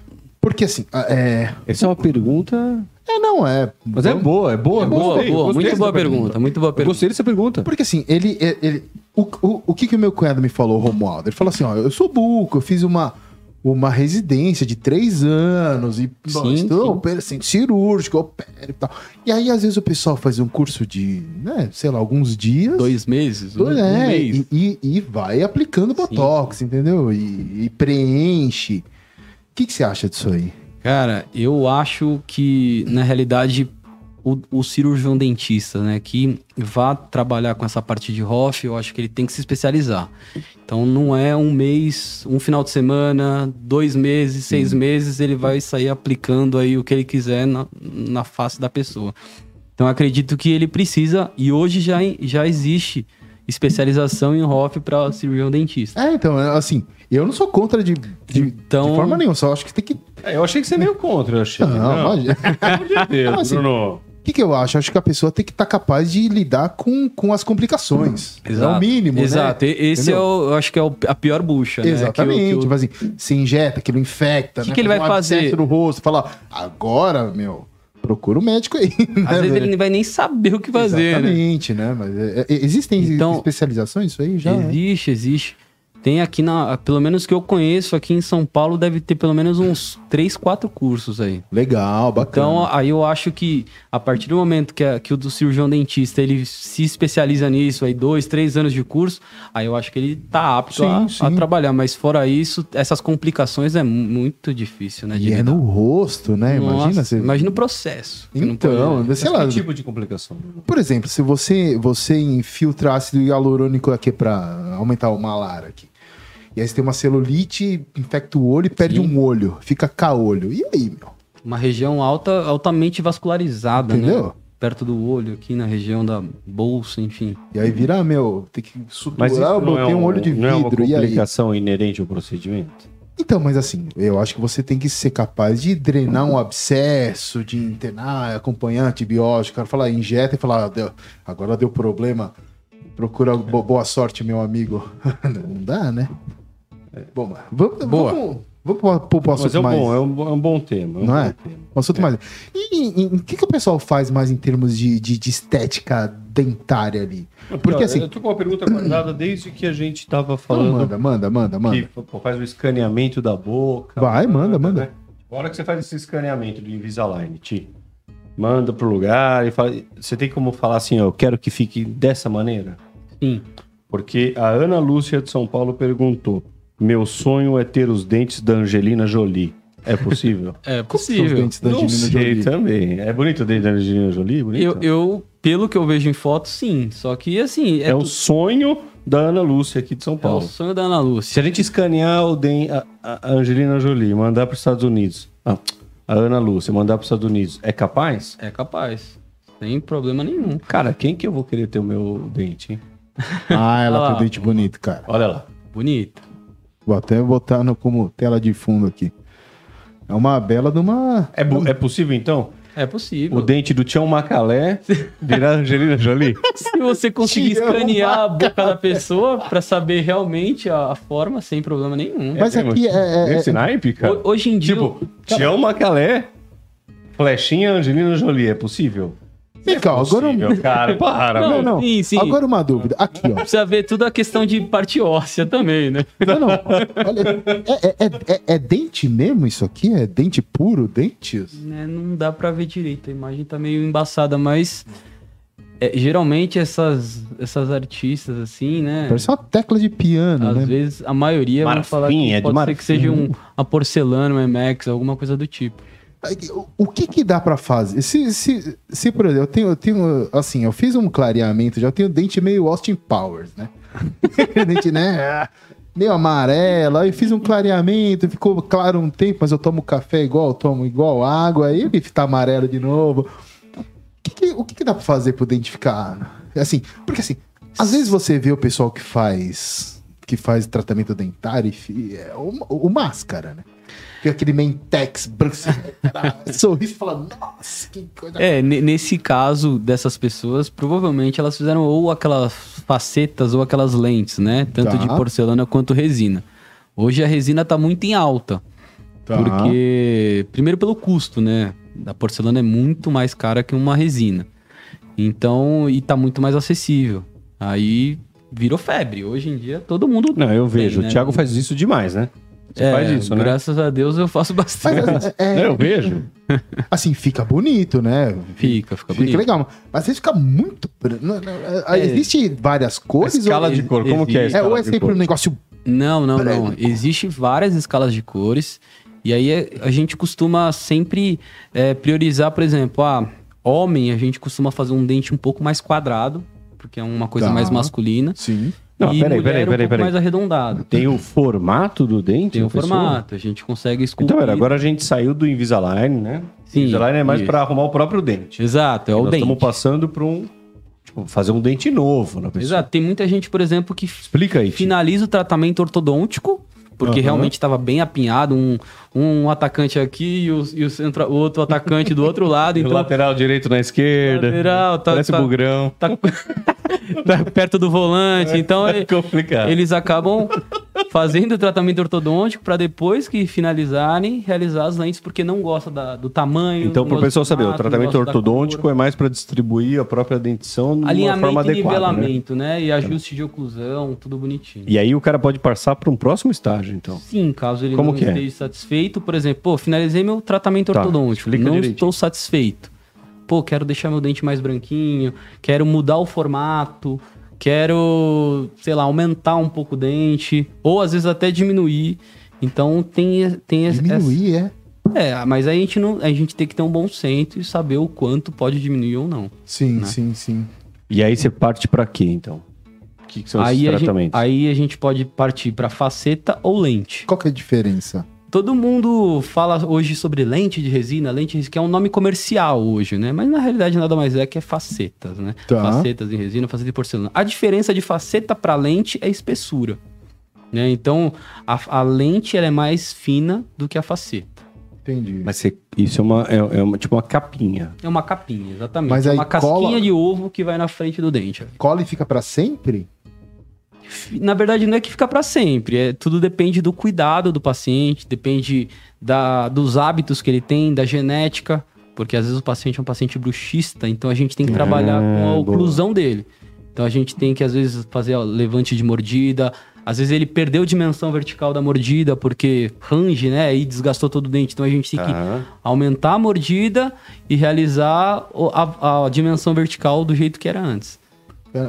Speaker 2: Porque assim, é.
Speaker 3: Essa é uma pergunta.
Speaker 2: É, não, é.
Speaker 3: Mas é boa, é boa.
Speaker 4: boa,
Speaker 3: gostei,
Speaker 4: boa.
Speaker 3: gostei
Speaker 4: Muito
Speaker 3: dessa
Speaker 4: boa pergunta, muito boa
Speaker 3: Eu
Speaker 4: pergunta.
Speaker 3: gostei dessa pergunta.
Speaker 2: Porque assim, ele. ele o, o, o que, que o meu cunhado me falou, Romualdo? Ele falou assim: ó, eu sou buco, eu fiz uma, uma residência de três anos e
Speaker 4: Sim,
Speaker 2: estou
Speaker 4: sim.
Speaker 2: opera- assim, cirúrgico, opera e tal. E aí, às vezes, o pessoal faz um curso de, né, sei lá, alguns dias.
Speaker 4: Dois meses?
Speaker 2: Dois,
Speaker 4: um, um
Speaker 2: é,
Speaker 4: mês.
Speaker 2: e, e, e vai aplicando botox, entendeu? E, e preenche. O que, que você acha disso aí?
Speaker 4: Cara, eu acho que, na realidade, o, o cirurgião dentista, né, que vá trabalhar com essa parte de HOF, eu acho que ele tem que se especializar. Então, não é um mês, um final de semana, dois meses, seis meses, ele vai sair aplicando aí o que ele quiser na, na face da pessoa. Então, eu acredito que ele precisa, e hoje já, já existe especialização em HOF para cirurgião dentista.
Speaker 2: É, então, é, assim, eu não sou contra de, de,
Speaker 4: Então-
Speaker 2: de forma nenhuma, só acho que tem que.
Speaker 3: É, eu achei que você é meio contra, eu achei.
Speaker 2: Não, imagina.
Speaker 3: Pelo amor de Deus,
Speaker 2: Não, assim,
Speaker 3: Bruno.
Speaker 2: O que, que eu acho? Acho que a pessoa tem que estar capaz de lidar com, com as complicações. É o mínimo, né?
Speaker 4: Exato. E- Esse
Speaker 2: Entendeu?
Speaker 4: é o, eu acho que é o- a pior bucha, né? Que o- que o-
Speaker 2: Exatamente. Tipo assim, se injeta, aquilo infecta,
Speaker 4: Que
Speaker 2: né?
Speaker 4: que ele
Speaker 2: Faz
Speaker 4: vai
Speaker 2: um
Speaker 4: fazer?
Speaker 2: abscesso no rosto, falar, agora, meu, procura um médico aí. né,
Speaker 4: às vezes
Speaker 2: velho?
Speaker 4: ele não vai nem saber o que fazer, né?
Speaker 2: Exatamente, né? Mas é, é, existem
Speaker 4: Então-
Speaker 2: especializações isso aí já? né?
Speaker 4: existe, existe. Tem aqui na, pelo menos que eu conheço aqui em São Paulo, deve ter pelo menos uns 3, 4 cursos aí.
Speaker 2: Legal, bacana.
Speaker 4: Então, aí eu acho que a partir do momento que, a- que o do cirurgião dentista ele se especializa nisso, aí dois, três anos de curso, aí eu acho que ele tá apto
Speaker 2: Sim,
Speaker 4: a,
Speaker 2: sim.
Speaker 4: a trabalhar. Mas fora isso, essas complicações é mu- muito difícil, né? de
Speaker 2: e é
Speaker 4: lidar.
Speaker 2: no rosto, né? imagina
Speaker 4: Nossa,
Speaker 2: você.
Speaker 4: Imagina o processo. que não
Speaker 2: Então,
Speaker 4: pode- né?
Speaker 2: sei lá.
Speaker 3: Que tipo de complicação?
Speaker 2: Por exemplo, se você, você infiltra ácido hialurônico aqui pra aumentar o malar aqui. E aí você tem uma celulite, infecta o olho e perde um olho. Fica caolho. E aí, meu?
Speaker 4: Uma região alta, altamente vascularizada, né?
Speaker 2: Entendeu?
Speaker 4: Perto do olho, aqui na região da bolsa, enfim.
Speaker 2: E aí vira, meu, tem que suturar,
Speaker 3: Mas isso
Speaker 2: eu
Speaker 3: não é
Speaker 2: botei um, olho de
Speaker 3: não é uma
Speaker 2: vidro. e aí?
Speaker 3: complicação inerente ao procedimento?
Speaker 2: Então, mas assim, eu acho que você tem que ser capaz de drenar um abscesso, de internar, acompanhar antibiótico, o cara falar, injeta e falar, "Ah, deu- agora deu problema, procura bo- boa sorte, meu amigo. Não dá, né? Bom, mas vamos,
Speaker 4: Boa.
Speaker 2: vamos, vamos pro- pro, pro assunto
Speaker 3: Mas é um,
Speaker 2: mais.
Speaker 3: bom, é, um, é um bom tema. um
Speaker 2: Não é?
Speaker 3: bom tema.
Speaker 2: um assunto mais. E o que, que o pessoal faz mais em termos de, de- de estética dentária ali? Porque
Speaker 3: Olha,
Speaker 2: assim,
Speaker 3: Eu tô com uma pergunta guardada desde que a gente tava
Speaker 2: Então
Speaker 3: falando
Speaker 2: manda, manda, manda,
Speaker 3: que
Speaker 2: manda.
Speaker 3: pô, faz o escaneamento da boca.
Speaker 2: Vai, manda, manda.
Speaker 3: né? A hora que você faz esse escaneamento do Invisalign, Ti, manda pro lugar e fala. Você tem como falar assim, ó, eu quero que fique dessa maneira?
Speaker 4: Sim.
Speaker 3: Porque a Ana Lúcia de São Paulo perguntou: Meu sonho é ter os dentes da Angelina Jolie. É possível?
Speaker 4: É
Speaker 2: São os
Speaker 4: possível.
Speaker 2: dentes da Angelina Jolie.
Speaker 3: também. É bonito o dente da Angelina Jolie? Bonito?
Speaker 4: Eu, eu, pelo que eu vejo em foto, sim. Só que, assim, é,
Speaker 3: é o
Speaker 4: tu-
Speaker 3: sonho da Ana Lúcia aqui de São
Speaker 4: é o
Speaker 3: Paulo.
Speaker 4: sonho da Ana
Speaker 3: Se a
Speaker 4: Lúcia.
Speaker 3: gente escanear o den, a, a Angelina Jolie, mandar para os Estados Unidos, ah, a Ana Lúcia mandar para os Estados Unidos, é capaz?
Speaker 4: É capaz. Sem problema nenhum.
Speaker 3: Cara, quem que eu vou querer ter o meu dente, hein?
Speaker 2: Ah,
Speaker 4: Olha
Speaker 2: ela
Speaker 4: lá.
Speaker 2: tem dente bonito, cara.
Speaker 3: Olha lá.
Speaker 4: Bonita.
Speaker 2: Vou até botar no, como tela de fundo aqui. É uma bela de uma.
Speaker 3: É, bu- é possível, então,
Speaker 4: É
Speaker 3: o
Speaker 4: possível.
Speaker 3: dente do Tião Macalé virar Angelina Jolie?
Speaker 4: Se você conseguir
Speaker 2: Tirou
Speaker 4: escanear a boca da pessoa pra saber realmente a, a forma, sem problema nenhum.
Speaker 2: Mas
Speaker 3: mesmo?
Speaker 2: aqui é- é-
Speaker 3: Nesse
Speaker 2: é-
Speaker 3: naipe, cara?
Speaker 4: Ho- Hoje em dia.
Speaker 3: Tipo,
Speaker 4: tá
Speaker 3: Tião Macalé, flechinha Angelina Jolie, é possível?
Speaker 2: Vem cá, agora. um-
Speaker 3: Possível, Cara, para,
Speaker 4: Não,
Speaker 2: Não,
Speaker 3: velho.
Speaker 2: não.
Speaker 4: Sim, sim.
Speaker 2: Agora uma dúvida. Aqui, ó.
Speaker 4: Precisa ver tudo a questão de parte óssea também, né?
Speaker 2: Não, não. Olha, é, é- é- é- é dente mesmo isso aqui? É dente puro? Dentes?
Speaker 4: Né, Não dá pra ver direito, a imagem tá meio embaçada, mas é, geralmente essas, essas artistas assim, né?
Speaker 2: Parece uma tecla de piano,
Speaker 4: Às
Speaker 2: né?
Speaker 4: vezes a maioria vai falar
Speaker 3: Marfim,
Speaker 4: que
Speaker 3: é de
Speaker 4: pode ser que
Speaker 3: marfim.
Speaker 4: seja um, uma porcelana, um MX, alguma coisa do tipo.
Speaker 2: O- O que que dá pra fazer? Se, se, se por exemplo, eu tenho, eu tenho, assim, eu fiz um clareamento, já tenho dente meio Austin Powers, né? dente, né? Meio amarelo, aí eu fiz um clareamento, ficou claro um tempo, mas eu tomo café igual, eu tomo igual água, aí ele tá amarelo de novo. O que que- o que que dá pra fazer pro dente ficar, assim, porque assim, às vezes você vê o pessoal que faz, que faz tratamento dentário e fi- é, o, o máscara, né? Tem aquele mentex branco, assim, cara, sorriso e fala, nossa, que coisa.
Speaker 4: É, ne- nesse caso dessas pessoas, provavelmente elas fizeram ou aquelas facetas ou aquelas lentes, né? Tanto
Speaker 2: Tá.
Speaker 4: de porcelana quanto resina. Hoje a resina tá muito em alta.
Speaker 2: Tá.
Speaker 4: Porque, primeiro pelo custo, né? A porcelana é muito mais cara que uma resina. Então, e tá muito mais acessível. Aí virou febre. Hoje em dia todo mundo.
Speaker 3: Não, eu vejo.
Speaker 4: né?
Speaker 3: O Thiago faz isso demais, né? Você
Speaker 4: É,
Speaker 3: faz isso, né? assim.
Speaker 4: Graças a Deus eu faço bastante.
Speaker 2: Mas, é,
Speaker 3: Eu vejo.
Speaker 2: assim, fica bonito, né?
Speaker 4: Fica, fica
Speaker 2: Fica
Speaker 4: bonito.
Speaker 2: legal, mas às vezes fica muito. bran- não, não, é,
Speaker 4: É.
Speaker 2: Existe várias cores.
Speaker 3: Escala
Speaker 2: ou...
Speaker 3: de cor, como que é? a
Speaker 2: É,
Speaker 3: escala
Speaker 2: ou é
Speaker 3: de
Speaker 2: sempre
Speaker 3: cor?
Speaker 2: um negócio.
Speaker 4: Não, não, não.
Speaker 2: Branco.
Speaker 4: Existem várias escalas de cores. E aí é- a gente costuma sempre é, priorizar, por exemplo, a homem, a gente costuma fazer um dente um pouco mais quadrado, porque é uma coisa
Speaker 2: Tá.
Speaker 4: mais masculina.
Speaker 2: Sim.
Speaker 3: Não,
Speaker 4: e
Speaker 3: peraí,
Speaker 4: mulher
Speaker 3: peraí,
Speaker 4: um
Speaker 3: peraí,
Speaker 4: pouco
Speaker 3: peraí.
Speaker 4: mais arredondado.
Speaker 3: Tem o formato do dente?
Speaker 4: Tem o
Speaker 3: professor?
Speaker 4: formato, a gente consegue esculpir.
Speaker 3: Então, pera, agora a gente saiu do Invisalign, né?
Speaker 4: Sim,
Speaker 3: Invisalign é mais
Speaker 4: isso.
Speaker 3: pra arrumar o próprio dente.
Speaker 4: Exato, é o
Speaker 3: Nós
Speaker 4: dente.
Speaker 3: Estamos passando pra um. Tipo, fazer um dente novo na pessoa.
Speaker 4: Exato, tem muita gente, por exemplo, que
Speaker 3: Explica aí. Ti.
Speaker 4: finaliza o tratamento ortodôntico, porque
Speaker 2: Aham.
Speaker 4: realmente estava bem apinhado, um, um atacante aqui e o, e o centro- o outro atacante do outro lado. Então,
Speaker 3: Lateral direito na esquerda.
Speaker 4: Lateral, tá-
Speaker 3: parece
Speaker 4: tá-
Speaker 3: bugrão.
Speaker 4: tá, tá perto do volante. Então,
Speaker 3: É
Speaker 4: ele-
Speaker 3: complicado.
Speaker 4: eles acabam fazendo o tratamento ortodôntico para depois que finalizarem, realizar as lentes, porque não gosta da- do tamanho.
Speaker 3: Então,
Speaker 4: não
Speaker 3: para o
Speaker 4: gosta do
Speaker 3: pessoal saber, o
Speaker 4: formato, não
Speaker 3: tratamento
Speaker 4: gosta um da
Speaker 3: ortodôntico
Speaker 4: cor.
Speaker 3: é mais para distribuir a própria dentição de uma
Speaker 4: alinhamento
Speaker 3: forma
Speaker 4: e
Speaker 3: adequada. né?
Speaker 4: nivelamento, né? E ajuste de oclusão, tudo bonitinho.
Speaker 3: E aí o cara pode passar para um próximo estágio, então.
Speaker 4: Sim, caso ele
Speaker 3: Como
Speaker 4: não
Speaker 3: que é?
Speaker 4: esteja satisfeito, por exemplo, pô, finalizei meu tratamento
Speaker 3: Tá,
Speaker 4: ortodôntico, não
Speaker 3: explica direitinho.
Speaker 4: estou satisfeito. Pô, quero deixar meu dente mais branquinho, quero mudar o formato, quero, sei lá, aumentar um pouco o dente, ou às vezes até diminuir. Então tem tem essa-
Speaker 2: Diminuir, é.
Speaker 4: É, mas aí a gente não, a gente tem que ter um bom senso e saber o quanto pode diminuir ou não.
Speaker 2: Sim,
Speaker 4: Né?
Speaker 2: sim, sim.
Speaker 3: E aí você parte para quê, então? O que, que são
Speaker 4: Aí
Speaker 3: esses
Speaker 4: a, gente,
Speaker 3: tratamentos?
Speaker 4: aí a gente pode partir para faceta ou lente.
Speaker 2: Qual que é a diferença?
Speaker 4: Todo mundo fala hoje sobre lente de resina, lente de resina, que é um nome comercial hoje, né? Mas na realidade nada mais é que é facetas, né?
Speaker 2: Tá.
Speaker 4: Facetas de resina, faceta de porcelana. A diferença de faceta para lente é espessura, né? Então a, a lente ela é mais fina do que a faceta.
Speaker 2: Entendi.
Speaker 3: Mas você- isso é uma, é, é uma- tipo uma capinha.
Speaker 4: É uma capinha, exatamente.
Speaker 2: Mas
Speaker 4: é
Speaker 2: aí
Speaker 4: uma casquinha
Speaker 2: cola-
Speaker 4: de ovo que vai na frente do dente.
Speaker 2: Cola e fica pra sempre?
Speaker 4: Na verdade, não é que fica para sempre. É, tudo depende do cuidado do paciente, depende da, dos hábitos que ele tem, da genética. Porque às vezes o paciente é um paciente bruxista, então a gente tem que
Speaker 3: Ah,
Speaker 4: trabalhar com a
Speaker 3: boa.
Speaker 4: oclusão dele. Então a gente tem que, às vezes, fazer ó, levante de mordida. Às vezes ele perdeu dimensão vertical da mordida porque range, né? E desgastou todo o dente. Então a gente tem que
Speaker 3: Ah,
Speaker 4: aumentar a mordida e realizar o- a, a dimensão vertical do jeito que era antes.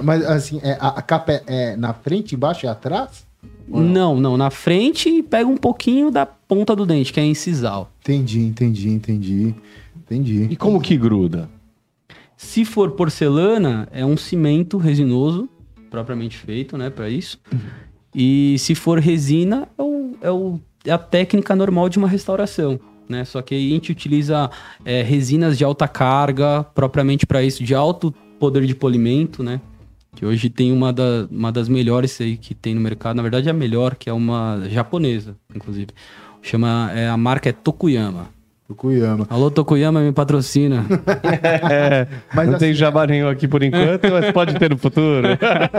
Speaker 2: Mas assim, é, a, a capa é, é na frente, embaixo e atrás? Ou não?
Speaker 4: Não, não, na frente e pega um pouquinho da ponta do dente, que é a incisal.
Speaker 2: Entendi, entendi, entendi. Entendi.
Speaker 3: E como que gruda?
Speaker 4: Se for porcelana, é um cimento resinoso, propriamente feito, né, para isso. E se for resina, é, o- é o- é a técnica normal de uma restauração. Né? Só que aí a gente utiliza é, resinas de alta carga, propriamente para isso, de alto poder de polimento, né? Que hoje tem uma, da- uma das melhores aí que tem no mercado. Na verdade, é a melhor, que é uma japonesa, inclusive. Chama, é, a marca é Tokuyama.
Speaker 2: Fukuyama.
Speaker 4: Alô, Tokuyama, me patrocina.
Speaker 3: É,
Speaker 2: Mas
Speaker 3: não tem
Speaker 2: assim-
Speaker 3: jabá nenhum aqui por enquanto, mas pode ter no futuro.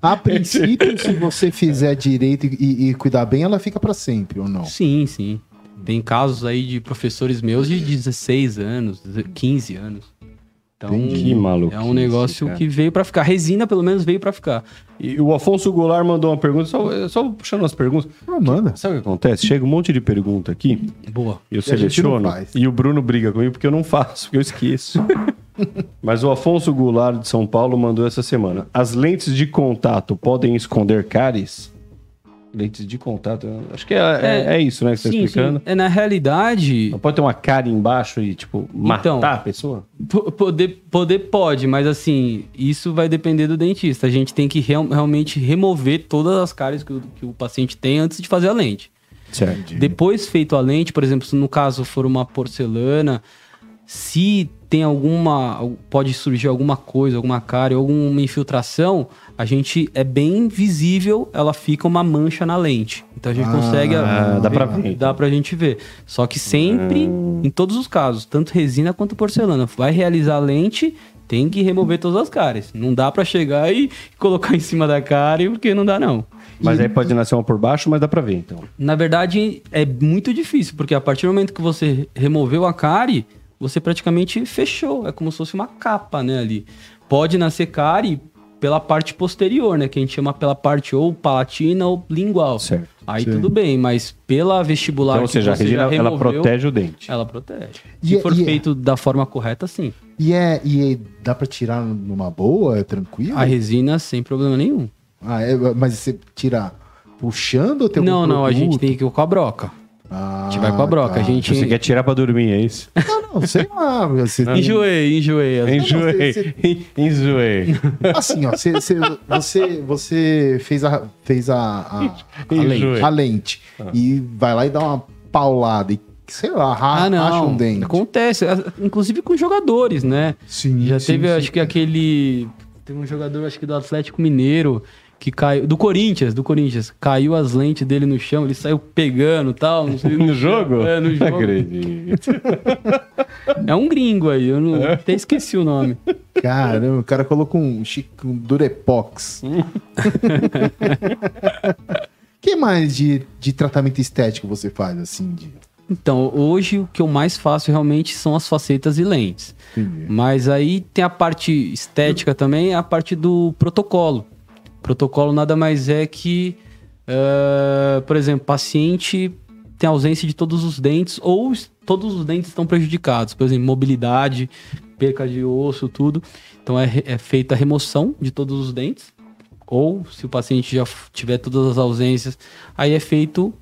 Speaker 2: A princípio, se você fizer direito e, e cuidar bem, ela fica pra sempre, ou não?
Speaker 4: Sim, sim. Tem casos aí de professores meus de 16 anos, 15 anos. Então,
Speaker 3: Que maluco.
Speaker 4: é um negócio que veio pra ficar. Resina, pelo menos, veio pra ficar.
Speaker 3: E o Afonso Goulart mandou uma pergunta, só, só puxando as perguntas.
Speaker 2: Ah, manda.
Speaker 3: Sabe o que acontece? Chega um monte de pergunta aqui.
Speaker 4: Boa.
Speaker 3: Eu
Speaker 2: E a gente não
Speaker 3: seleciono
Speaker 2: faz.
Speaker 3: e o Bruno briga comigo porque eu não faço, porque eu esqueço. Mas o Afonso Goulart de São Paulo mandou essa semana. As lentes de contato podem esconder cáries? Lentes de contato, eu acho que é, é, é isso, né, que você está
Speaker 4: Sim,
Speaker 3: explicando.
Speaker 4: sim. É, na realidade,
Speaker 3: Não pode ter uma cárie embaixo e, tipo, matar
Speaker 4: Então.
Speaker 3: a pessoa?
Speaker 4: po- poder, poder pode, mas assim, isso vai depender do dentista. A gente tem que real- realmente remover todas as cáries que o- que o paciente tem antes de fazer a lente.
Speaker 3: Certo.
Speaker 4: Depois feito a lente, por exemplo, se no caso for uma porcelana, se tem alguma. pode surgir alguma coisa, alguma cárie, alguma infiltração, a gente é bem visível, ela fica uma mancha na lente. Então a gente
Speaker 2: Ah,
Speaker 4: consegue.
Speaker 2: dá pra ver. Ah.
Speaker 4: Dá pra gente ver. Só que sempre, em todos os casos, tanto resina quanto porcelana, vai realizar a lente. Tem que remover todas as cáries. Não dá pra chegar e colocar em cima da cárie, porque não dá, não.
Speaker 3: Mas aí pode nascer uma por baixo, mas dá pra ver, então.
Speaker 4: Na verdade, é muito difícil, porque a partir do momento que você removeu a cárie, você praticamente fechou. É como se fosse uma capa, né, ali. Pode nascer cárie pela parte posterior, né, que a gente chama pela parte ou palatina ou lingual.
Speaker 3: Certo.
Speaker 4: Aí
Speaker 2: Sim.
Speaker 4: tudo bem, mas pela vestibular
Speaker 3: Então, ou
Speaker 4: que
Speaker 3: seja, a
Speaker 4: você
Speaker 3: resina,
Speaker 4: já
Speaker 3: ela
Speaker 4: removeu,
Speaker 3: protege o dente.
Speaker 4: Ela protege.
Speaker 2: E
Speaker 4: Se
Speaker 2: é-
Speaker 4: for
Speaker 2: e é-
Speaker 4: feito da forma correta, sim.
Speaker 2: E é, e é- dá pra tirar numa boa, é tranquilo?
Speaker 4: A resina sem problema nenhum.
Speaker 2: Ah, é, mas você tira puxando ou tem algum
Speaker 4: Não, não, a gente
Speaker 2: produto?
Speaker 4: tem que ir com a broca.
Speaker 2: Ah,
Speaker 4: A gente vai com a broca.
Speaker 2: tá.
Speaker 4: A gente...
Speaker 3: Você quer tirar pra dormir, é isso?
Speaker 2: Não, não, sei lá. Você tem-
Speaker 4: Enjoei, enjoei.
Speaker 3: Enjoei. Enjoei.
Speaker 2: Assim, ó, você, você, você, você fez a, fez a, a, a
Speaker 3: Enjoei.
Speaker 2: lente, a lente e vai lá e dá uma paulada e, sei lá, ra,
Speaker 4: Ah, não.
Speaker 2: racha um dente.
Speaker 4: Acontece. a- Inclusive com jogadores, né?
Speaker 2: Sim,
Speaker 4: Já
Speaker 2: sim,
Speaker 4: teve,
Speaker 2: sim.
Speaker 4: acho que aquele. Teve um jogador, acho que do Atlético Mineiro, que caiu. Do Corinthians, do Corinthians. Caiu as lentes dele no chão, ele saiu pegando e tal. não sei-
Speaker 3: No jogo?
Speaker 4: É, no
Speaker 3: Não
Speaker 4: jogo.
Speaker 3: acredito.
Speaker 4: É um gringo aí, eu
Speaker 2: É?
Speaker 4: não, até esqueci o nome.
Speaker 2: Caramba, o cara colocou um, chico, um durepox. que mais de, de tratamento estético você faz, assim? De...
Speaker 4: Então, hoje o que eu mais faço realmente são as facetas e lentes.
Speaker 2: Entendi.
Speaker 4: Mas aí tem a parte estética também, a parte do protocolo. Protocolo nada mais é que, eh, por exemplo, paciente tem ausência de todos os dentes ou es- todos os dentes estão prejudicados. Por exemplo, mobilidade, perca de osso, tudo. Então é, re- é feita a remoção de todos os dentes. Ou se o paciente já f- tiver todas as ausências, aí é feito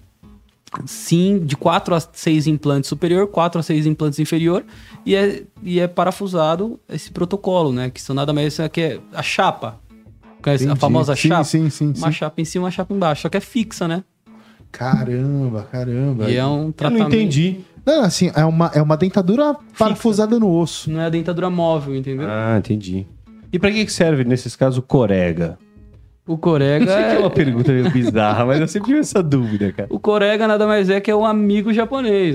Speaker 4: sim de 4 a 6 implantes superior, 4 a 6 implantes inferior, e é, e é parafusado esse protocolo, né? Que são nada mais que é a chapa. Conhece A
Speaker 2: Entendi.
Speaker 4: famosa
Speaker 2: sim,
Speaker 4: chapa.
Speaker 2: Sim, sim, sim.
Speaker 4: Uma chapa em cima, uma chapa embaixo. Só que é fixa, né?
Speaker 2: Caramba, caramba.
Speaker 4: E é um
Speaker 3: Eu não
Speaker 4: tratamento.
Speaker 3: entendi.
Speaker 2: Não, assim, é uma, é uma dentadura parafusada no osso.
Speaker 4: Não é a dentadura móvel, entendeu?
Speaker 3: Ah, entendi. E pra que que serve, nesses casos, o corega?
Speaker 4: O corega.
Speaker 3: Isso aqui é
Speaker 4: é-
Speaker 3: uma pergunta meio bizarra, mas eu sempre tive essa dúvida, cara.
Speaker 4: O corega nada mais é que é um amigo japonês,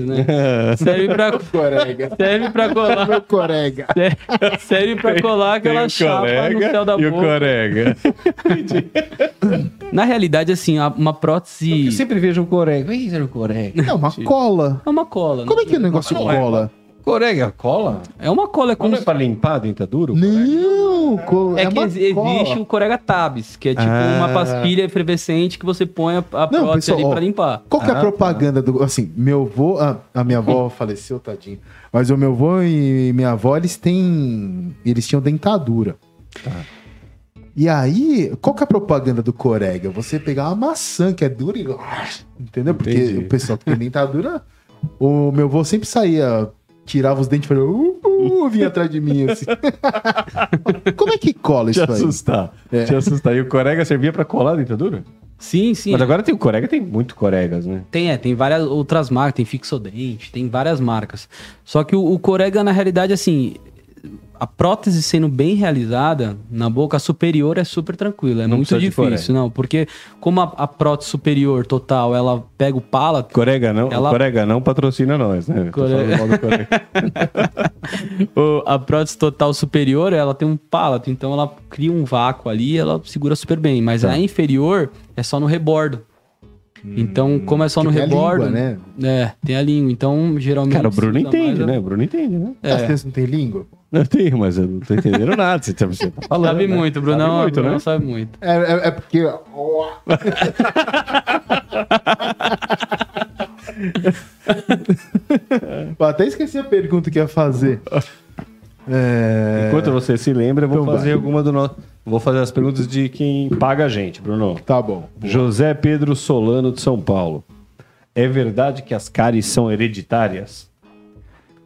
Speaker 4: né? Serve pra,
Speaker 2: Corega.
Speaker 4: serve pra colar.
Speaker 2: Meu corega.
Speaker 4: serve- Serve pra colar aquela chapa no céu da
Speaker 3: e o
Speaker 4: boca.
Speaker 3: corega.
Speaker 4: Na realidade, assim, a- uma prótese.
Speaker 3: Eu sempre vejo um corega. O que que era o corega?
Speaker 2: É uma cola.
Speaker 4: É uma cola. né?
Speaker 2: Como é que é o negócio
Speaker 3: Não, é-
Speaker 2: cola?
Speaker 3: Corega, cola?
Speaker 4: É uma cola, é
Speaker 3: Como
Speaker 4: como.
Speaker 3: é pra limpar a dentadura? o corega?
Speaker 2: Não, co-
Speaker 4: É,
Speaker 2: é
Speaker 4: que
Speaker 2: uma
Speaker 4: ex- existe
Speaker 2: cola.
Speaker 4: o corega tabs, que é tipo
Speaker 3: Ah.
Speaker 4: uma pastilha efervescente que você põe a, a prótese
Speaker 2: pessoal,
Speaker 4: ali
Speaker 2: ó,
Speaker 4: pra limpar.
Speaker 2: Qual que é
Speaker 3: Ah,
Speaker 2: a propaganda do. Assim, meu avô. A, a minha avó faleceu, tadinho. Mas o meu avô e minha avó, eles têm. Eles tinham dentadura.
Speaker 3: Tá.
Speaker 2: E aí, qual que é a propaganda do Corega? Você pegar uma maçã que é dura e. Entendeu? Porque
Speaker 3: Entendi.
Speaker 2: o pessoal que tem dentadura. O meu avô sempre saía, tirava os dentes e falava. Uh, uh, vinha atrás de mim assim. Como é que cola
Speaker 3: Te
Speaker 2: isso aí?
Speaker 3: assustar.
Speaker 2: É.
Speaker 3: Te assustar. E o corega servia pra colar a dentadura?
Speaker 4: Sim, sim. é
Speaker 3: Mas agora tem o corega, tem muito coregas, né?
Speaker 4: Tem, é, tem várias outras marcas, tem Fixodente, tem várias marcas. Só que o, o Corega, na realidade, assim, a prótese sendo bem realizada na boca a superior é super tranquila, é
Speaker 3: Não
Speaker 4: muito
Speaker 3: precisa de
Speaker 4: difícil, não, porque como a, a prótese superior total, ela pega o palato,
Speaker 3: Corega não,
Speaker 4: Ela-
Speaker 3: corega não patrocina nós, né? Tô falando
Speaker 4: Corega.
Speaker 3: mal do corega.
Speaker 4: o- a prótese total superior, ela tem um palato, então ela cria um vácuo ali, ela segura super bem, mas
Speaker 3: Tá.
Speaker 4: a inferior é só no rebordo. Então, como é
Speaker 3: Hum,
Speaker 4: só no
Speaker 2: Tipo, é a
Speaker 4: rebordo,
Speaker 2: língua, né?
Speaker 4: é, tem a língua, então geralmente
Speaker 3: Cara, o Bruno
Speaker 4: precisa mais É.
Speaker 3: entende,
Speaker 4: a-
Speaker 3: né? O Bruno entende, né?
Speaker 2: As crianças não têm língua?
Speaker 3: Eu tenho, mas eu não tô entendendo nada. Você tá, você tá falando.
Speaker 4: Sabe
Speaker 3: né?
Speaker 4: muito, Bruno.
Speaker 3: Sabe
Speaker 4: Sabe
Speaker 3: muito, né?
Speaker 4: Sabe muito.
Speaker 2: É, é, é porque. Eu até esqueci a pergunta que ia fazer. É...
Speaker 3: Enquanto você se lembra, eu vou
Speaker 2: Então
Speaker 3: fazer
Speaker 2: vai.
Speaker 3: alguma do nosso. Vou fazer as perguntas de quem paga a gente, Bruno.
Speaker 2: Tá bom.
Speaker 3: José Pedro Solano de São Paulo. É verdade que as cáries são hereditárias?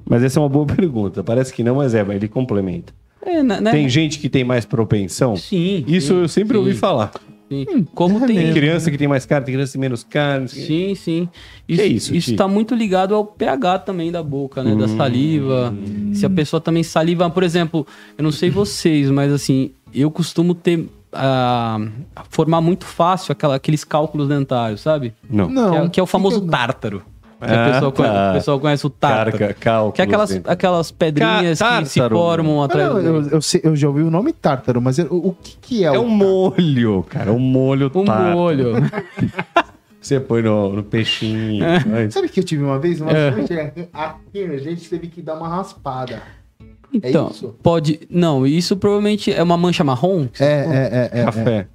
Speaker 3: Mas essa é uma boa pergunta. Parece que não, mas é, mas ele complementa.
Speaker 4: É, né? né?
Speaker 3: Tem gente que tem mais propensão?
Speaker 4: Sim.
Speaker 3: Isso
Speaker 4: sim,
Speaker 3: eu sempre
Speaker 4: sim,
Speaker 3: ouvi falar. Hum,
Speaker 4: sim. Como tem.
Speaker 3: Tem criança que tem mais cárie, tem criança que tem menos cárie.
Speaker 4: Sim, sim. Isso,
Speaker 3: Que isso, Ti? Hum.
Speaker 4: isso tá muito ligado ao pH também da boca, né? Da saliva. Se a pessoa também saliva, por exemplo, eu não sei vocês, mas assim, eu costumo ter. ah, formar muito fácil aquela- aqueles cálculos dentários, sabe?
Speaker 3: Não.
Speaker 2: Não.
Speaker 4: que, é, que é o famoso
Speaker 2: fica-
Speaker 4: tártaro. Que
Speaker 3: Ah,
Speaker 4: a pessoa
Speaker 3: tá.
Speaker 4: conhece, o pessoal conhece o tártaro.
Speaker 3: Carca, cálculos,
Speaker 4: que é aquelas,
Speaker 3: dentro.
Speaker 4: aquelas pedrinhas
Speaker 3: Ca-
Speaker 4: que se
Speaker 3: tártaro.
Speaker 4: formam
Speaker 2: Ah,
Speaker 4: atrás
Speaker 2: não,
Speaker 4: do-
Speaker 2: eu, eu sei- eu já ouvi o nome tártaro, mas eu- o, que, que é,
Speaker 3: É
Speaker 2: o.
Speaker 3: um molho, cara. Um molho
Speaker 4: Um
Speaker 3: tártaro.
Speaker 4: molho.
Speaker 3: Você põe no, no peixinho. né?
Speaker 2: Sabe que eu tive uma vez? Uma
Speaker 4: É.
Speaker 2: noite, aqui a gente teve que dar uma raspada.
Speaker 4: Então,
Speaker 2: É isso?
Speaker 4: pode. Não, isso provavelmente é uma mancha marrom,
Speaker 2: É, é, é. é, é.
Speaker 3: Café.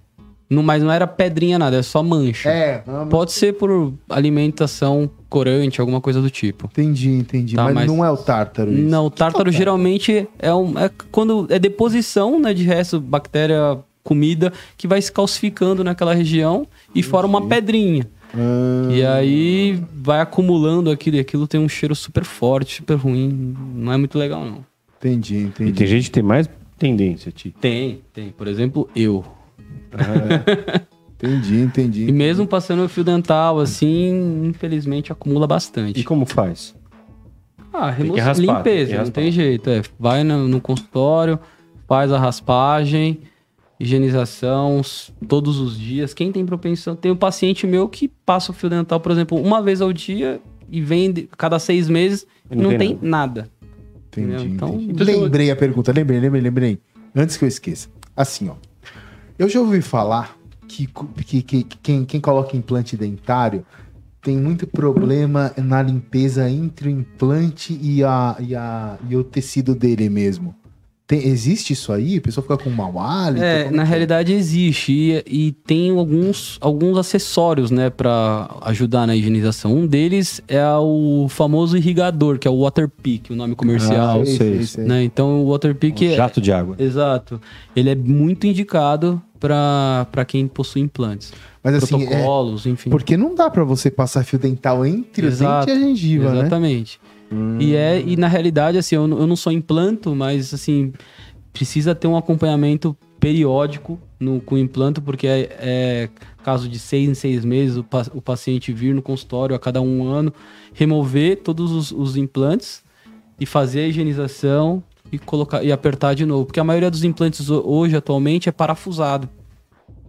Speaker 4: não, mas não era pedrinha nada, é só mancha.
Speaker 2: É, ah, mas-
Speaker 4: Pode ser por alimentação, corante, alguma coisa do tipo.
Speaker 2: entendi, entendi.
Speaker 4: Tá,
Speaker 2: mas,
Speaker 4: mas-
Speaker 2: não é o tártaro isso.
Speaker 4: Não, o tártaro
Speaker 2: que é o
Speaker 4: geralmente é, um, é quando é deposição né, de resto, bactéria, comida, que vai se calcificando naquela região e forma uma pedrinha.
Speaker 2: Ah,
Speaker 4: E aí vai acumulando aquilo e aquilo tem um cheiro super forte, super ruim. Não é muito legal, não.
Speaker 2: entendi,
Speaker 3: E
Speaker 2: entendi.
Speaker 3: tem gente que tem mais tendência, Ti.
Speaker 4: Tem, tem. Por exemplo, eu.
Speaker 2: Entendi, entendi.
Speaker 4: E mesmo passando o fio dental, assim, infelizmente acumula
Speaker 3: E
Speaker 4: bastante.
Speaker 3: como faz?
Speaker 4: Ah,
Speaker 3: que
Speaker 4: remoção,
Speaker 3: raspar, tem que
Speaker 4: limpeza, não
Speaker 3: raspar.
Speaker 4: tem jeito. É, vai no, no consultório, faz a raspagem, higienização s- todos os dias. Quem tem propensão? Tem um paciente meu que passa o fio dental, por exemplo, uma vez ao dia e vem de- cada seis meses e não, tem, nada.
Speaker 2: Entendi.
Speaker 4: Então,
Speaker 2: entendi.
Speaker 4: então
Speaker 2: lembrei a pergunta, lembrei, lembrei, lembrei. Antes que eu esqueça. Assim, ó. Eu já ouvi falar que, cu- que, que- que quem, quem coloca implante dentário tem muito problema na limpeza entre o implante e, a, e, a, e o tecido dele mesmo. Tem- existe isso aí? A pessoa fica com mau hálito?
Speaker 4: É,
Speaker 2: Como
Speaker 4: na
Speaker 2: que
Speaker 4: realidade existe e, e tem alguns, alguns acessórios, né, para ajudar na higienização. Um deles é o famoso irrigador, que é o water pick, o
Speaker 2: é?
Speaker 4: nome
Speaker 3: Ah,
Speaker 4: comercial,
Speaker 3: eu sei,
Speaker 4: né? Então o water pick
Speaker 3: Um
Speaker 4: é,
Speaker 3: jato de água.
Speaker 4: Exato. Ele é muito indicado pra pra quem possui implantes.
Speaker 2: Mas assim, é,
Speaker 4: Protocolos, enfim.
Speaker 2: porque não dá pra você passar fio dental entre
Speaker 4: Exato,
Speaker 2: o dente e a gengiva, né?
Speaker 4: Exatamente. E, é,
Speaker 3: Hum.
Speaker 4: e na realidade, assim, eu, n- eu não só implanto, mas assim, precisa ter um acompanhamento periódico no, com o implanto, porque é, é caso de seis em seis meses o, pa- o paciente vir no consultório a cada um ano, remover todos os, os implantes e fazer a higienização e colocar e apertar de novo. Porque a maioria dos implantes ho- hoje, atualmente, é parafusado.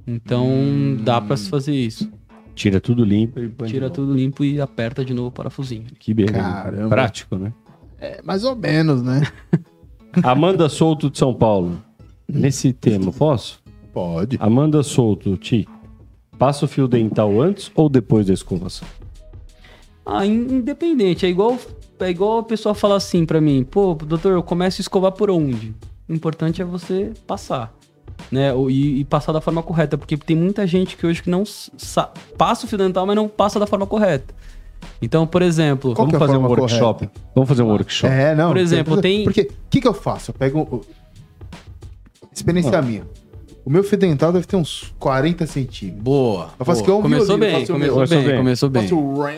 Speaker 4: Então dá pra se fazer isso.
Speaker 3: Tira tudo limpo e põe Hum. de
Speaker 4: Tira
Speaker 3: novo.
Speaker 4: tudo limpo e aperta de novo o parafusinho.
Speaker 3: Que beleza.
Speaker 2: Caramba.
Speaker 3: Prático, né?
Speaker 2: É, mais ou menos, né?
Speaker 3: Amanda Souto de São Paulo. Nesse tema, posso?
Speaker 2: Pode.
Speaker 3: Amanda Souto, Ti. Passa o fio dental antes ou depois da escovação?
Speaker 4: Ah, in- independente. É igual, é igual a pessoa falar assim pra mim, pô, doutor, eu começo a escovar por onde? O importante é você passar, né? O- E, e passar da forma correta, porque tem muita gente que hoje que não sa- passa o fio dental, mas não passa da forma correta. Então, por exemplo,
Speaker 2: Qual que é a
Speaker 3: fazer um
Speaker 2: forma
Speaker 3: workshop. Vamos fazer um workshop.
Speaker 2: É, não.
Speaker 4: Por exemplo, tem-
Speaker 2: Porque o que, que eu faço? Eu pego. o- Experiência minha. O meu fio dental deve ter uns 40 centímetros.
Speaker 4: boa.
Speaker 2: Eu faço
Speaker 4: boa.
Speaker 2: que é um
Speaker 4: começo
Speaker 2: violino, eu
Speaker 4: bem,
Speaker 2: faço um
Speaker 4: começou
Speaker 3: violino.
Speaker 4: bem, começou bem.
Speaker 2: Faço o ran-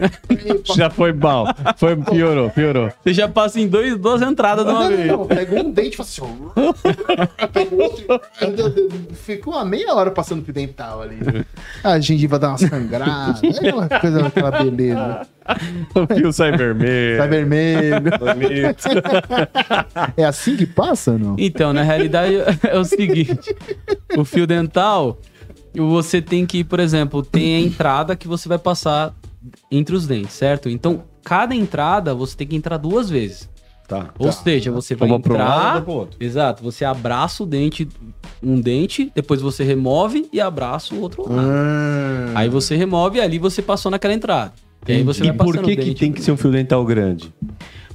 Speaker 3: Já foi mal. Foi, piorou, piorou.
Speaker 4: Você já passa em dois, duas entradas de uma
Speaker 2: Não, não,
Speaker 4: vez.
Speaker 2: não, eu pego um dente e faço assim. ó. Pego outro. eu- eu- eu Fico uma meia hora passando fio dental ali. A gengiva dá uma sangrada. É aquela coisa, aquela beleza.
Speaker 3: O fio sai vermelho.
Speaker 2: Tá vermelho.
Speaker 3: bonito.
Speaker 2: É assim que passa, não?
Speaker 4: Então, na realidade, é o seguinte: o fio dental, você tem que, por exemplo, tem a entrada que você vai passar entre os dentes, certo? Então, cada entrada você tem que entrar duas vezes.
Speaker 3: Tá.
Speaker 4: Ou seja, você vai
Speaker 3: Uma pra um lado,
Speaker 4: entrar.
Speaker 3: outra pro outro.
Speaker 4: Exato, você abraça o dente, um dente, depois você remove e abraça o outro lado.
Speaker 2: Ah.
Speaker 4: Aí você remove e ali você passou naquela entrada. E aí você
Speaker 3: e
Speaker 4: vai passando
Speaker 3: por que,
Speaker 4: o
Speaker 3: que
Speaker 4: dente. né?
Speaker 3: tem que ser um fio dental grande?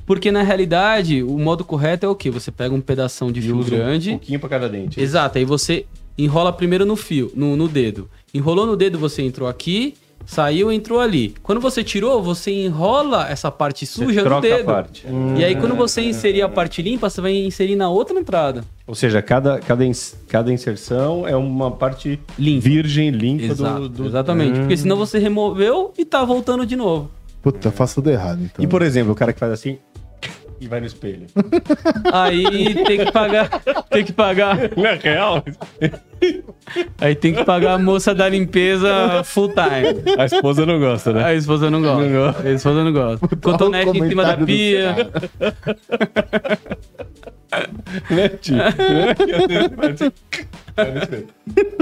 Speaker 4: Porque na realidade, o modo correto é o quê? Você pega um pedação de fio grande.
Speaker 3: Um pouquinho pra cada dente.
Speaker 4: Exato, aí você enrola primeiro no fio, no, no dedo. Enrolou no dedo, você entrou aqui, saiu, entrou ali. Quando você tirou, você enrola essa parte
Speaker 3: Você
Speaker 4: suja no
Speaker 3: troca a
Speaker 4: dedo.
Speaker 3: parte.
Speaker 4: E aí, quando você inserir a parte limpa, você vai inserir na outra entrada.
Speaker 3: Ou seja, cada, cada, ins- cada inserção é uma parte virgem, limpa
Speaker 4: Exato,
Speaker 3: Tipo do, do...
Speaker 4: exatamente. Porque senão você removeu e tá voltando de novo.
Speaker 2: Puta, faço tudo errado, então.
Speaker 3: E por exemplo, o cara que faz assim e vai no espelho.
Speaker 4: Aí tem que pagar. Tem que pagar.
Speaker 3: Não é real?
Speaker 4: Aí tem que pagar a moça da limpeza full time.
Speaker 3: A esposa não gosta, né?
Speaker 4: A esposa não gosta.
Speaker 3: Não gosta.
Speaker 4: A esposa não gosta. Cotonete em cima da
Speaker 2: comentário do
Speaker 4: pia.
Speaker 2: cara.
Speaker 3: né, tio?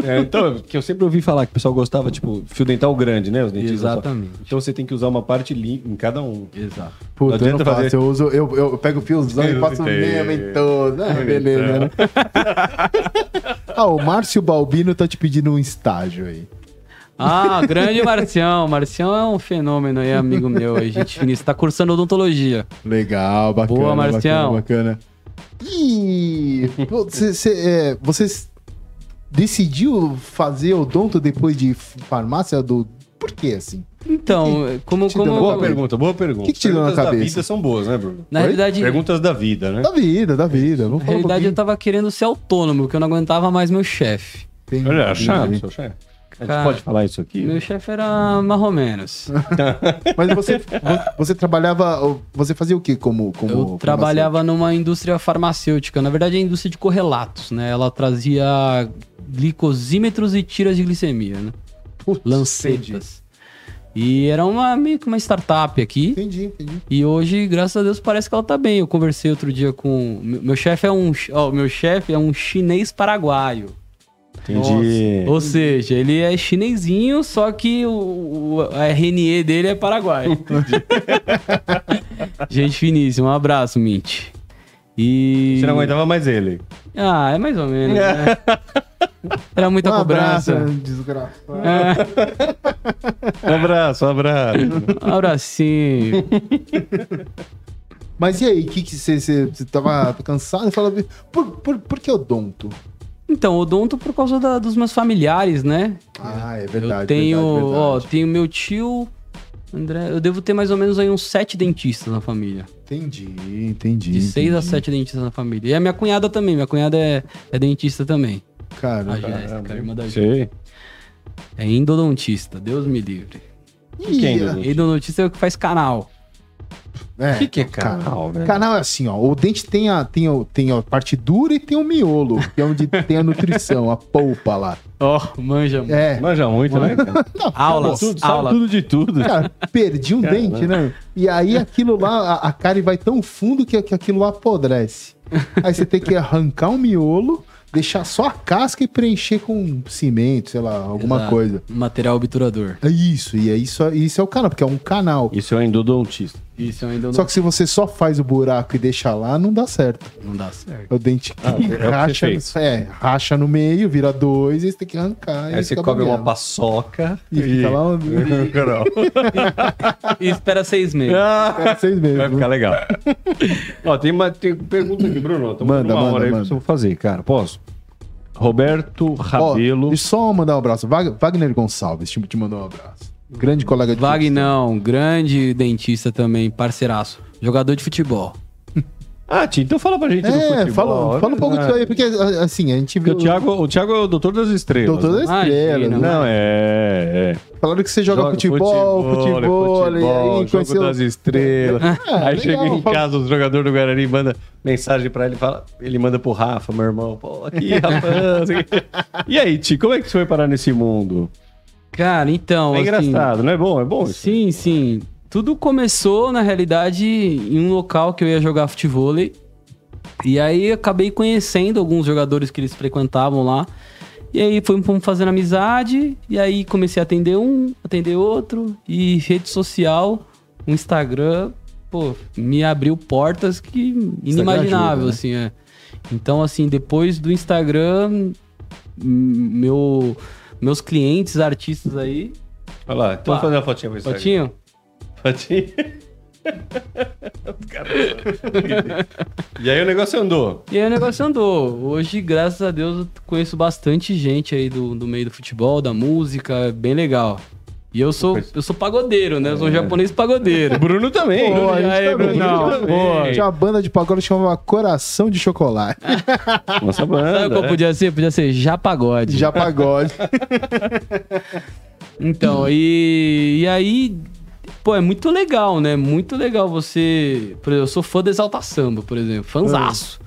Speaker 3: É, então, que eu sempre ouvi falar que o pessoal gostava, tipo, fio dental grande, né? Os dentistas.
Speaker 4: Exatamente.
Speaker 3: Então você tem que usar uma parte limpa em cada um.
Speaker 4: Exato.
Speaker 3: Não
Speaker 2: Puta, eu
Speaker 3: adianta
Speaker 2: não faço.
Speaker 3: fazer-
Speaker 2: Eu, uso, eu, eu pego o fiozão e
Speaker 3: Eu é.
Speaker 2: passo
Speaker 3: sei.
Speaker 2: mesmo em todo. Ah,
Speaker 3: Eu
Speaker 2: beleza, né? ah, o Márcio Balbino tá te pedindo um estágio aí.
Speaker 4: Ah, grande Marcião. Marcião é um fenômeno aí, amigo meu. Aí, gente finíssima. Tá cursando odontologia.
Speaker 2: Legal, bacana.
Speaker 4: Boa, Marcião.
Speaker 2: Bacana, bacana. E pô, cê- cê, é, você s- decidiu fazer odonto depois de f- farmácia do... Por que, assim?
Speaker 4: Então, como.
Speaker 2: te deu
Speaker 4: como
Speaker 3: Boa
Speaker 2: Não,
Speaker 3: pergunta, boa pergunta.
Speaker 2: O que que te deu na
Speaker 3: Perguntas da
Speaker 2: cabeça?
Speaker 3: vida são boas, né, Bruno?
Speaker 4: na
Speaker 2: Oi?
Speaker 4: realidade,
Speaker 3: Perguntas da vida, né?
Speaker 2: Da vida, da vida. Vamos
Speaker 4: na
Speaker 2: falar um
Speaker 4: realidade eu
Speaker 2: pouquinho.
Speaker 4: tava querendo ser autônomo, que eu não aguentava mais meu chefe.
Speaker 2: Tem- né?
Speaker 3: Olha, é
Speaker 2: tem-
Speaker 3: chato, seu chefe. A gente
Speaker 4: Cara,
Speaker 3: pode falar isso aqui?
Speaker 4: Meu chefe era mais ou menos.
Speaker 2: Mas você, vo- você trabalhava... Você fazia o que como... como
Speaker 4: Eu
Speaker 2: farmacêutico?
Speaker 4: trabalhava numa indústria farmacêutica. Na verdade, é a indústria de correlatos, né? Ela trazia glicosímetros e tiras de glicemia, né?
Speaker 2: Putz,
Speaker 4: Lancetas. E era uma, meio que uma startup aqui.
Speaker 2: Entendi, entendi.
Speaker 4: E hoje, graças a Deus, parece que ela tá bem. Eu conversei outro dia com. Meu meu chefe é um. chi- Ó, meu chefe é um chinês paraguaio.
Speaker 3: Entendi.
Speaker 4: Ou seja, ele é chinesinho, só que o, o a RNE dele é paraguaio. Gente finíssima, um abraço, Mint. E.
Speaker 3: Você não aguentava mais ele.
Speaker 4: Ah, é mais ou menos, né? Era muita
Speaker 2: um abraço,
Speaker 4: cobrança.
Speaker 2: desgraçado.
Speaker 4: É,
Speaker 3: Um abraço, um abraço.
Speaker 4: um abracinho.
Speaker 2: Mas e aí, que que você- você você tava cansado? Fala, por, por, por que odonto?
Speaker 4: Então, odonto por causa da- dos meus familiares, né?
Speaker 2: Ah, é
Speaker 4: eu
Speaker 2: verdade.
Speaker 4: tenho,
Speaker 2: verdade,
Speaker 4: ó,
Speaker 2: verdade.
Speaker 4: tenho meu tio, André, eu devo ter mais ou menos aí uns sete dentistas na família.
Speaker 2: Entendi, entendi.
Speaker 4: De seis a
Speaker 2: entendi.
Speaker 4: sete dentistas na família. E a minha cunhada também, minha cunhada é, é dentista também.
Speaker 2: Cara,
Speaker 4: A Jéssica, a irmã da Jéssica.
Speaker 3: Sei.
Speaker 4: É endodontista, Deus me livre.
Speaker 2: e-
Speaker 3: Quem, Dudu?
Speaker 4: Endodontista é o que faz canal.
Speaker 2: é,
Speaker 3: que é canal, velho?
Speaker 2: Canal é assim, ó. O dente tem a, tem, o, tem a parte dura e tem o miolo, que é onde tem a nutrição, a polpa lá.
Speaker 4: Ó, manja. mano.
Speaker 2: É.
Speaker 3: Manja muito, né? cara?
Speaker 4: Aulas,
Speaker 3: Tudo, sabe
Speaker 4: aulas.
Speaker 3: tudo de tudo.
Speaker 2: Cara, perdi um dente, né? E aí aquilo lá, a, a cárie vai tão fundo que, que aquilo lá apodrece. Aí você tem que arrancar o miolo, deixar só a casca e preencher com cimento, sei lá, alguma
Speaker 4: Exato.
Speaker 2: coisa.
Speaker 4: Material obturador.
Speaker 2: É isso, e é isso, isso é o canal, porque é um canal.
Speaker 3: Isso é um endodontista.
Speaker 4: Isso é um
Speaker 2: Só
Speaker 4: endodontista.
Speaker 2: que se você só faz o buraco e deixa lá, não dá certo.
Speaker 4: Não dá certo.
Speaker 2: É o dente que
Speaker 3: Ah, é o que você
Speaker 2: racha,
Speaker 3: fez.
Speaker 2: é, racha no meio, vira dois, e você tem que arrancar. e
Speaker 3: Aí você
Speaker 2: fica
Speaker 3: come uma
Speaker 2: banguela.
Speaker 3: paçoca
Speaker 2: E fica lá um-
Speaker 3: Canal.
Speaker 4: E espera seis meses.
Speaker 3: Ah,
Speaker 2: Ah, é seis meses.
Speaker 3: Vai ficar legal. Ó, tem uma tem pergunta aqui, Bruno. Tô
Speaker 2: Manda,
Speaker 3: uma
Speaker 2: manda,
Speaker 3: hora aí que eu
Speaker 2: manda.
Speaker 3: preciso fazer, cara. Posso? Roberto
Speaker 2: Ó,
Speaker 3: Rabelo.
Speaker 2: deixa eu só mandar um abraço. Vag- Wagner Gonçalves te, te mandou um abraço. Grande colega de
Speaker 4: Wagner, grande dentista também, parceiraço. Jogador de futebol.
Speaker 3: Ah, Tim, então fala pra gente do
Speaker 2: É,
Speaker 3: futebol. Ah,
Speaker 2: fala, fala um pouco disso aí, porque a- assim, a gente
Speaker 3: Porque
Speaker 2: viu.
Speaker 3: o Thiago, o Thiago é o doutor das estrelas.
Speaker 2: Doutor da
Speaker 3: né?
Speaker 4: Imagina,
Speaker 2: Estrela.
Speaker 4: né?
Speaker 3: Não, é. é.
Speaker 2: Falaram que você joga, futebol, futebol,
Speaker 3: futebol,
Speaker 2: e aí
Speaker 3: jogo
Speaker 2: conheceu.
Speaker 3: das estrelas.
Speaker 2: Ah,
Speaker 3: aí
Speaker 2: legal,
Speaker 3: chega em
Speaker 2: fala-
Speaker 3: casa, o jogador do Guarani manda mensagem pra ele, fala, ele manda pro Rafa, meu irmão, pô, aqui, rapaz. e aí, Ti, como é que você foi parar nesse mundo?
Speaker 4: Cara, então.
Speaker 3: é
Speaker 4: assim,
Speaker 3: engraçado, não é bom? É bom? isso?
Speaker 4: Sim, sim. Tudo começou, na realidade, em um local que eu ia jogar futebol. E aí eu acabei conhecendo alguns jogadores que eles frequentavam lá. E aí fomos fomos fazendo amizade. E aí comecei a atender um, atender outro. E rede social, o Instagram, pô, me abriu portas que
Speaker 2: ajuda,
Speaker 4: inimaginável,
Speaker 2: né?
Speaker 4: assim, é. Então, assim, depois do Instagram, m- meu, meus clientes, artistas aí.
Speaker 3: Olha lá, então vou
Speaker 4: Pá.
Speaker 3: fazer uma fotinha pra você.
Speaker 4: Fotinho?
Speaker 3: Fotinho. Caramba. e aí o negócio andou.
Speaker 4: E aí o negócio andou. Hoje, graças a Deus, eu conheço bastante gente aí do, do meio do futebol, da música, é bem legal. E eu sou, eu sou pagodeiro, né? Eu sou um japonês
Speaker 3: O
Speaker 4: pagodeiro.
Speaker 3: Bruno também.
Speaker 2: Pô, a gente
Speaker 4: Aí,
Speaker 2: também,
Speaker 4: Brunão,
Speaker 2: a gente também.
Speaker 3: boa.
Speaker 2: Tinha uma banda de pagode que chamava Coração de Chocolate.
Speaker 3: Nossa
Speaker 4: Sabe
Speaker 3: banda.
Speaker 4: qual
Speaker 3: né?
Speaker 4: podia ser? Podia ser já pagode.
Speaker 2: Já pagode.
Speaker 4: Então, e, e aí, pô, é muito legal, né? Muito legal você. Por exemplo, eu sou fã do Exalta Samba, por exemplo, fanzaço.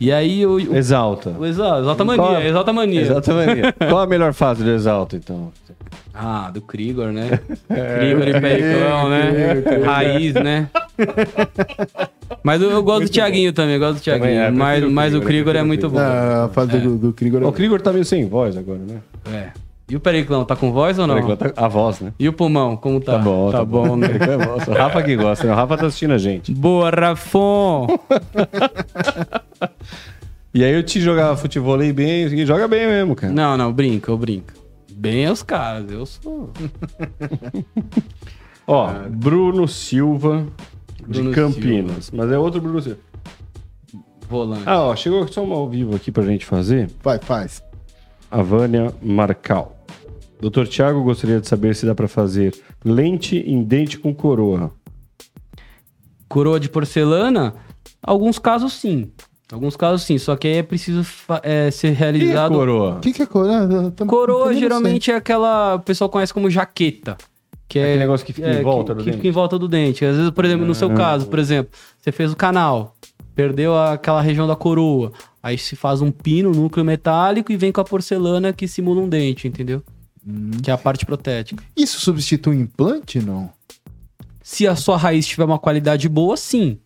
Speaker 4: E aí eu. o-
Speaker 3: né? Exalta.
Speaker 4: o Exa- Exalta
Speaker 3: Qual-
Speaker 4: Mania, Exalta Mania.
Speaker 3: É. Exalta mania. Qual a melhor fase do Exalta, então?
Speaker 4: Ah, do Krigor, né?
Speaker 3: É.
Speaker 4: Krigor e Pericão, né? Raiz, né? Mas eu, eu gosto do Thiaguinho também, eu gosto do Thiaguinho.
Speaker 3: Também é, prefiro
Speaker 4: mas,
Speaker 3: o
Speaker 4: mas o
Speaker 3: Krigor,
Speaker 4: Krigor é
Speaker 3: eu prefiro
Speaker 4: muito
Speaker 3: o
Speaker 4: bom.
Speaker 2: Ah, a fase do, do Krigor.
Speaker 3: O Krigor tá meio sem voz agora, né?
Speaker 4: É. E o Periclão, tá com voz ou não?
Speaker 3: Agora tá- A voz, né?
Speaker 4: E o Pulmão, como tá?
Speaker 3: Tá bom, tá bom.
Speaker 4: né?
Speaker 3: É voz. O Rafa que gosta, né? O Rafa tá assistindo a gente.
Speaker 4: Boa, Rafon!
Speaker 3: E aí eu te jogava futebol aí bem, e joga bem mesmo, cara.
Speaker 4: Não, não, brinca, eu brinco. Bem é os caras, eu sou...
Speaker 3: Ó, Bruno Silva
Speaker 4: Bruno
Speaker 3: de Campinas. Mas é outro Bruno Silva.
Speaker 4: Volante.
Speaker 3: Ah, ó, chegou só uma ao vivo aqui pra gente fazer.
Speaker 2: Vai, faz.
Speaker 3: A Vânia Marcal. Doutor Tiago gostaria de saber se dá pra fazer lente em dente com coroa.
Speaker 4: Coroa de porcelana, alguns casos sim. Alguns casos sim, só que aí é preciso fa- é, ser
Speaker 3: E a
Speaker 4: realizado
Speaker 3: coroa?
Speaker 2: O que, que é coroa? Eu tam- também
Speaker 4: Coroa
Speaker 2: não sei.
Speaker 4: geralmente é aquela. O pessoal conhece como jaqueta. Que é
Speaker 3: Aquele negócio que fica em
Speaker 4: é,
Speaker 3: volta
Speaker 4: que,
Speaker 3: do
Speaker 4: que
Speaker 3: dente.
Speaker 4: fica em volta do dente. Às vezes, por exemplo, no seu caso, por exemplo, você fez o canal, perdeu a- aquela região da coroa. Aí se faz um pino, um núcleo metálico e vem com a porcelana que simula um dente, entendeu?
Speaker 3: Hum.
Speaker 4: Que é a parte protética.
Speaker 2: Isso substitui um implante, não?
Speaker 4: Se a sua raiz tiver uma qualidade boa, sim.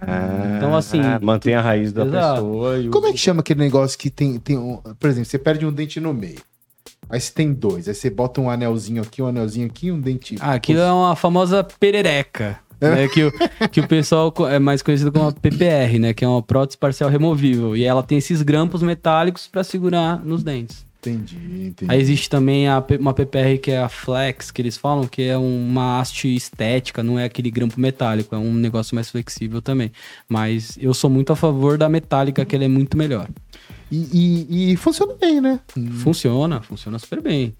Speaker 3: Ah,
Speaker 4: Então, assim,
Speaker 3: Ah, mantém a raiz da
Speaker 4: Exato.
Speaker 3: pessoa. E o-
Speaker 2: Como é que chama aquele negócio que tem, tem um. Por exemplo, você perde um dente no meio. Aí você tem dois. Aí você bota um anelzinho aqui, um anelzinho aqui e um dente.
Speaker 4: Ah, aquilo é uma famosa perereca. Né, que, o, que o pessoal co- é mais conhecido como a PPR, né? Que é uma prótese parcial removível. E ela tem esses grampos metálicos para segurar nos dentes.
Speaker 2: Entendi, entendi.
Speaker 4: Aí existe também a P- uma PPR que é a flex, que eles falam, que é uma haste estética, não é aquele grampo metálico, é um negócio mais flexível também. Mas eu sou muito a favor da metálica, que ela é muito melhor.
Speaker 2: E, e- e funciona bem, né?
Speaker 4: Funciona, funciona super bem.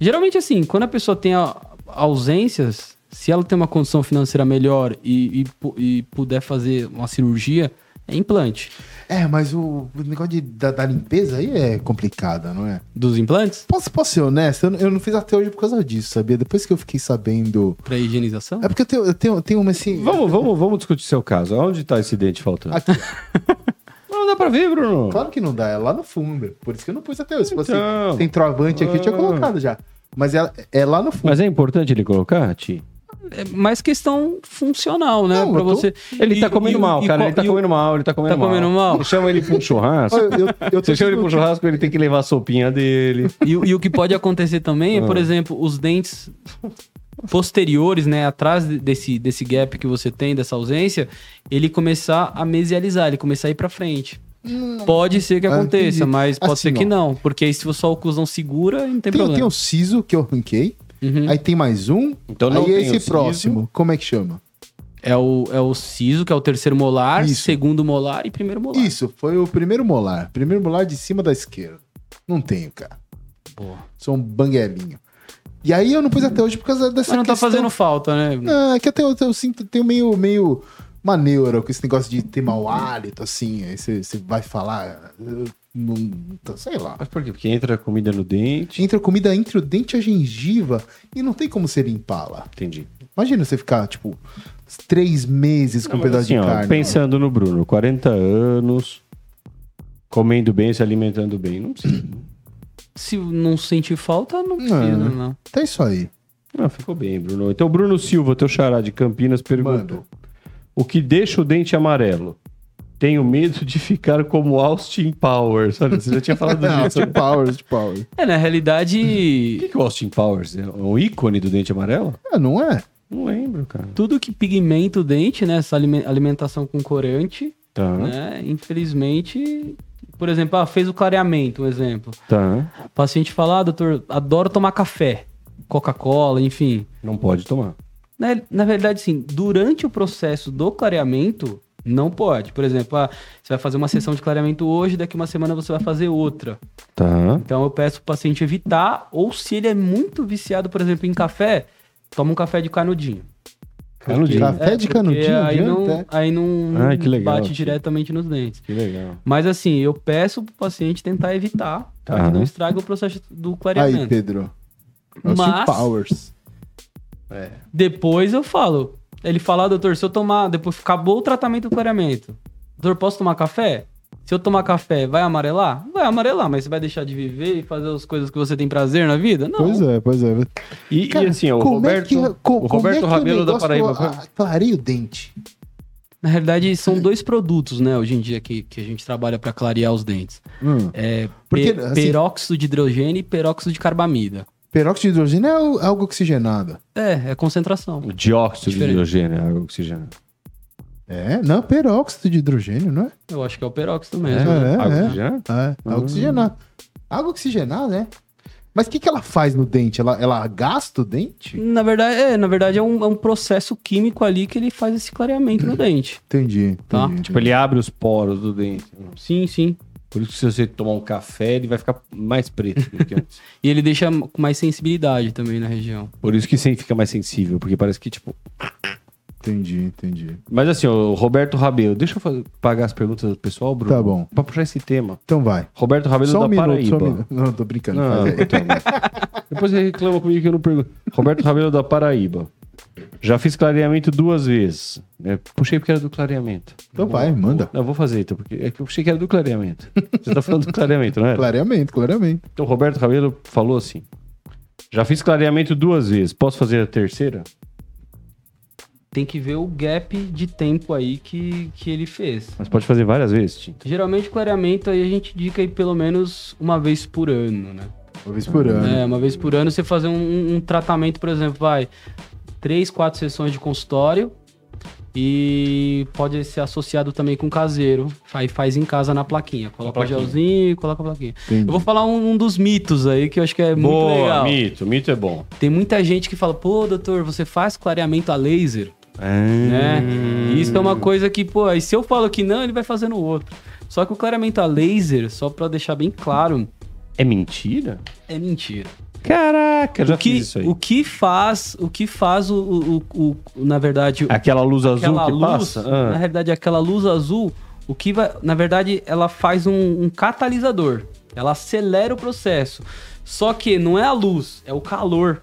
Speaker 4: Geralmente, assim, quando a pessoa tem a- ausências, se ela tem uma condição financeira melhor e, e pu- e puder fazer uma cirurgia, é implante.
Speaker 2: É, mas o, o negócio de- da, da limpeza aí é complicado, não é?
Speaker 4: Dos implantes?
Speaker 2: Posso, posso ser honesto? Eu, não- eu não fiz até hoje por causa disso, sabia? Depois que eu fiquei sabendo.
Speaker 4: Pra higienização?
Speaker 2: É porque eu tenho, eu tenho, eu tenho uma assim.
Speaker 3: Vamos, vamos, vamos discutir seu caso. Onde tá esse dente faltando?
Speaker 2: Aqui.
Speaker 3: Não dá pra ver, Bruno.
Speaker 2: Claro que não dá, é lá no fundo. Por isso que eu não pus até hoje. Se fosse
Speaker 3: Então.
Speaker 2: tem trovante aqui, eu tinha
Speaker 3: Ah.
Speaker 2: colocado já. Mas é, é lá no fundo.
Speaker 3: Mas é importante ele colocar, Ti?
Speaker 4: É mais questão funcional, né?
Speaker 2: Não,
Speaker 4: pra
Speaker 2: eu tô-
Speaker 4: você.
Speaker 3: Ele tá
Speaker 4: E-
Speaker 3: comendo
Speaker 4: e-
Speaker 3: mal,
Speaker 4: e
Speaker 3: cara.
Speaker 4: qual-
Speaker 3: Ele tá
Speaker 4: e o-
Speaker 3: comendo mal, ele tá comendo
Speaker 4: Tá
Speaker 3: mal.
Speaker 4: comendo mal?
Speaker 3: Você chama ele pra um churrasco.
Speaker 2: Eu, eu, eu tô
Speaker 3: Você chama ele pra um churrasco, ele tem que levar a sopinha dele.
Speaker 4: E, o- e o que pode acontecer também
Speaker 2: Ah.
Speaker 4: é, por exemplo, os dentes posteriores, né, atrás de- desse, desse gap que você tem, dessa ausência, ele começar a mesializar, ele começar a ir pra frente. Pode ser que
Speaker 2: Ah,
Speaker 4: aconteça,
Speaker 2: entendi.
Speaker 4: mas pode
Speaker 2: Assim,
Speaker 4: ser que
Speaker 2: ó.
Speaker 4: não, porque aí se você só a oclusão segura, não tem,
Speaker 2: Tem, tem
Speaker 4: problema.
Speaker 2: o siso que eu arranquei.
Speaker 4: Uhum.
Speaker 2: Aí tem mais um.
Speaker 3: Então não
Speaker 2: aí
Speaker 3: tem o
Speaker 2: esse
Speaker 3: siso.
Speaker 2: próximo, como é que chama?
Speaker 4: É, o, é o siso, que é o terceiro molar,
Speaker 2: Isso.
Speaker 4: segundo molar e primeiro molar.
Speaker 2: Isso, foi o primeiro molar. Primeiro molar de cima da esquerda. Não tenho, cara.
Speaker 4: Boa.
Speaker 2: Sou um banguelinho. E aí eu não pus até hoje por causa dessa
Speaker 4: Mas não tá
Speaker 2: questão-
Speaker 4: fazendo falta, né?
Speaker 2: Não, é que até eu, eu sinto, tenho meio, meio uma neura com esse negócio de ter mau hálito, assim. Aí você você vai falar. eu Não, então, sei lá.
Speaker 3: Mas por quê? Porque entra comida no dente.
Speaker 2: Entra comida entre o dente e a gengiva e não tem como você limpá-la.
Speaker 3: Entendi.
Speaker 2: Imagina você ficar, tipo, três meses com
Speaker 3: Não,
Speaker 2: um
Speaker 3: mas
Speaker 2: pedaço
Speaker 3: assim,
Speaker 2: de
Speaker 3: ó,
Speaker 2: carne.
Speaker 3: pensando no Bruno, 40 anos, comendo bem, se alimentando bem, não precisa.
Speaker 4: Se não sentir falta, não precisa,
Speaker 2: né?
Speaker 4: não.
Speaker 2: Tá isso aí.
Speaker 3: Ah, ficou bem, Bruno. Então, Bruno Silva, teu xará de Campinas, perguntou:
Speaker 2: Manda.
Speaker 3: O que deixa o dente amarelo? Tenho medo de ficar como Austin Powers. Olha, você já tinha falado
Speaker 2: Não,
Speaker 3: disso.
Speaker 2: de powers, de powers.
Speaker 4: É, na realidade,
Speaker 3: O
Speaker 2: Uhum.
Speaker 3: que, que o Austin Powers é? É um ícone do dente amarelo?
Speaker 2: Ah, não é?
Speaker 3: Não lembro, cara.
Speaker 4: tudo que pigmenta o dente, né? Essa alime- alimentação com corante,
Speaker 3: Tá,
Speaker 4: né? Infelizmente, por exemplo, ah, fez o clareamento, um exemplo.
Speaker 3: tá.
Speaker 4: O paciente fala, ah, doutor, adoro tomar café, Coca-Cola, enfim.
Speaker 3: Não pode tomar.
Speaker 4: Na, na verdade, sim, durante o processo do clareamento, não pode. Por exemplo, ah, você vai fazer uma sessão de clareamento hoje, daqui uma semana você vai fazer outra.
Speaker 3: Tá.
Speaker 4: Então eu peço pro paciente evitar, ou se ele é muito viciado, por exemplo, em café, toma um café de canudinho.
Speaker 3: Canudinho.
Speaker 2: Café de
Speaker 4: É, porque
Speaker 2: canudinho,
Speaker 4: aí não,
Speaker 2: adianta, é?
Speaker 4: aí não
Speaker 3: Ai, que legal,
Speaker 4: bate
Speaker 3: assim.
Speaker 4: diretamente nos dentes.
Speaker 3: Que legal.
Speaker 4: Mas assim, eu peço pro paciente tentar evitar para
Speaker 3: Tá.
Speaker 4: que não estrague o processo do
Speaker 2: Aí,
Speaker 4: clareamento.
Speaker 2: Pedro. É o
Speaker 4: Mas-
Speaker 2: Steve powers.
Speaker 4: depois eu falo. Ele fala, "Ah, doutor, se eu tomar, depois acabou o tratamento do clareamento. Doutor, posso tomar café? Se eu tomar café, vai amarelar? Vai amarelar, mas você vai deixar de viver e fazer as coisas que você tem prazer na vida? Não.
Speaker 2: Pois é, pois é.
Speaker 3: E, e
Speaker 2: Cara,
Speaker 3: assim, ó, o
Speaker 2: como
Speaker 3: Roberto,
Speaker 2: é que, co-
Speaker 3: o
Speaker 2: como
Speaker 3: Roberto
Speaker 2: é que o
Speaker 3: Rabelo da
Speaker 2: negócio-
Speaker 3: Paraíba.
Speaker 2: ah, Clareia o dente.
Speaker 4: Na realidade, são dois produtos, né, hoje em dia que, que a gente trabalha para clarear os dentes.
Speaker 2: Hum.
Speaker 4: É
Speaker 2: Porque,
Speaker 4: pe-
Speaker 2: assim-
Speaker 4: peróxido de hidrogênio e peróxido de carbamida.
Speaker 2: Peróxido de hidrogênio é o- algo oxigenado.
Speaker 4: É, é concentração.
Speaker 3: O dióxido
Speaker 4: Diferente.
Speaker 3: de hidrogênio, água oxigenada.
Speaker 2: É? Não, peróxido de hidrogênio, não é?
Speaker 4: Eu acho que é o né? peróxido mesmo.
Speaker 2: É,
Speaker 3: água
Speaker 2: é.
Speaker 3: oxigenada?
Speaker 2: É,
Speaker 3: Hum.
Speaker 2: água oxigenada. Água oxigenada, é. Mas o que, que ela faz no dente? Ela, ela gasta o dente?
Speaker 4: Na verdade, é, na verdade é, um, é um processo químico ali que ele faz esse clareamento no dente.
Speaker 2: Entendi.
Speaker 4: Tá.
Speaker 2: entendi.
Speaker 3: Tipo, ele abre os poros do dente.
Speaker 4: Sim, sim.
Speaker 3: Por isso que se você tomar um café, ele vai ficar mais preto do que antes.
Speaker 4: E ele deixa com mais sensibilidade também na região.
Speaker 3: Por isso que você fica mais sensível, porque parece que, tipo...
Speaker 2: Entendi, entendi.
Speaker 3: Mas assim, o Roberto Rabelo, deixa eu fazer- pagar as perguntas do pessoal, Bruno.
Speaker 2: Tá bom.
Speaker 3: Pra puxar esse tema.
Speaker 2: Então vai.
Speaker 3: Roberto Rabelo
Speaker 2: Só
Speaker 3: da
Speaker 2: um minuto,
Speaker 3: Paraíba.
Speaker 2: só um minuto. Não, tô brincando.
Speaker 3: Não,
Speaker 2: faz aí.
Speaker 3: então. Depois você reclama comigo que eu não pergunto. Roberto Rabelo da Paraíba. Já fiz clareamento duas vezes. né? Puxei porque era do clareamento.
Speaker 2: Então vai, manda.
Speaker 3: Não, eu vou fazer então, porque é que eu achei que era do clareamento. Você tá falando do clareamento, não é?
Speaker 2: Clareamento, clareamento.
Speaker 3: Então, Roberto Rabelo falou assim: Já fiz clareamento duas vezes, posso fazer a terceira?
Speaker 4: tem que ver o gap de tempo aí que, que ele fez.
Speaker 5: Mas pode fazer várias vezes, Tinta.
Speaker 4: Geralmente o clareamento aí a gente indica aí pelo menos uma vez por ano, né?
Speaker 2: Uma vez por ano.
Speaker 4: É, uma vez por ano você fazer um, um tratamento, por exemplo, vai três, quatro sessões de consultório e pode ser associado também com caseiro. Aí faz em casa na plaquinha. Coloca
Speaker 3: plaquinha.
Speaker 4: o gelzinho e coloca a plaquinha.
Speaker 2: Entendi.
Speaker 4: Eu vou falar um, um dos mitos aí que eu acho que é muito
Speaker 3: Boa,
Speaker 4: legal.
Speaker 3: mito. Mito é bom.
Speaker 4: Tem muita gente que fala, pô, doutor, você faz clareamento a laser? né?
Speaker 3: Hum.
Speaker 4: E isso é uma coisa que, pô, aí se eu falo que não, ele vai fazendo outro. Só que o clareamento a laser, só pra deixar bem claro,
Speaker 5: É mentira?
Speaker 4: é mentira.
Speaker 5: Caraca, eu já
Speaker 4: o que,
Speaker 5: fiz isso aí.
Speaker 4: O que faz, o que faz o, o- o- o- na verdade,
Speaker 5: Aquela luz azul
Speaker 4: aquela
Speaker 5: que
Speaker 4: luz,
Speaker 5: passa? Ah.
Speaker 4: na realidade, aquela luz azul, o que vai, na verdade, ela faz um, um catalisador. Ela acelera o processo. Só que não é a luz, é o calor.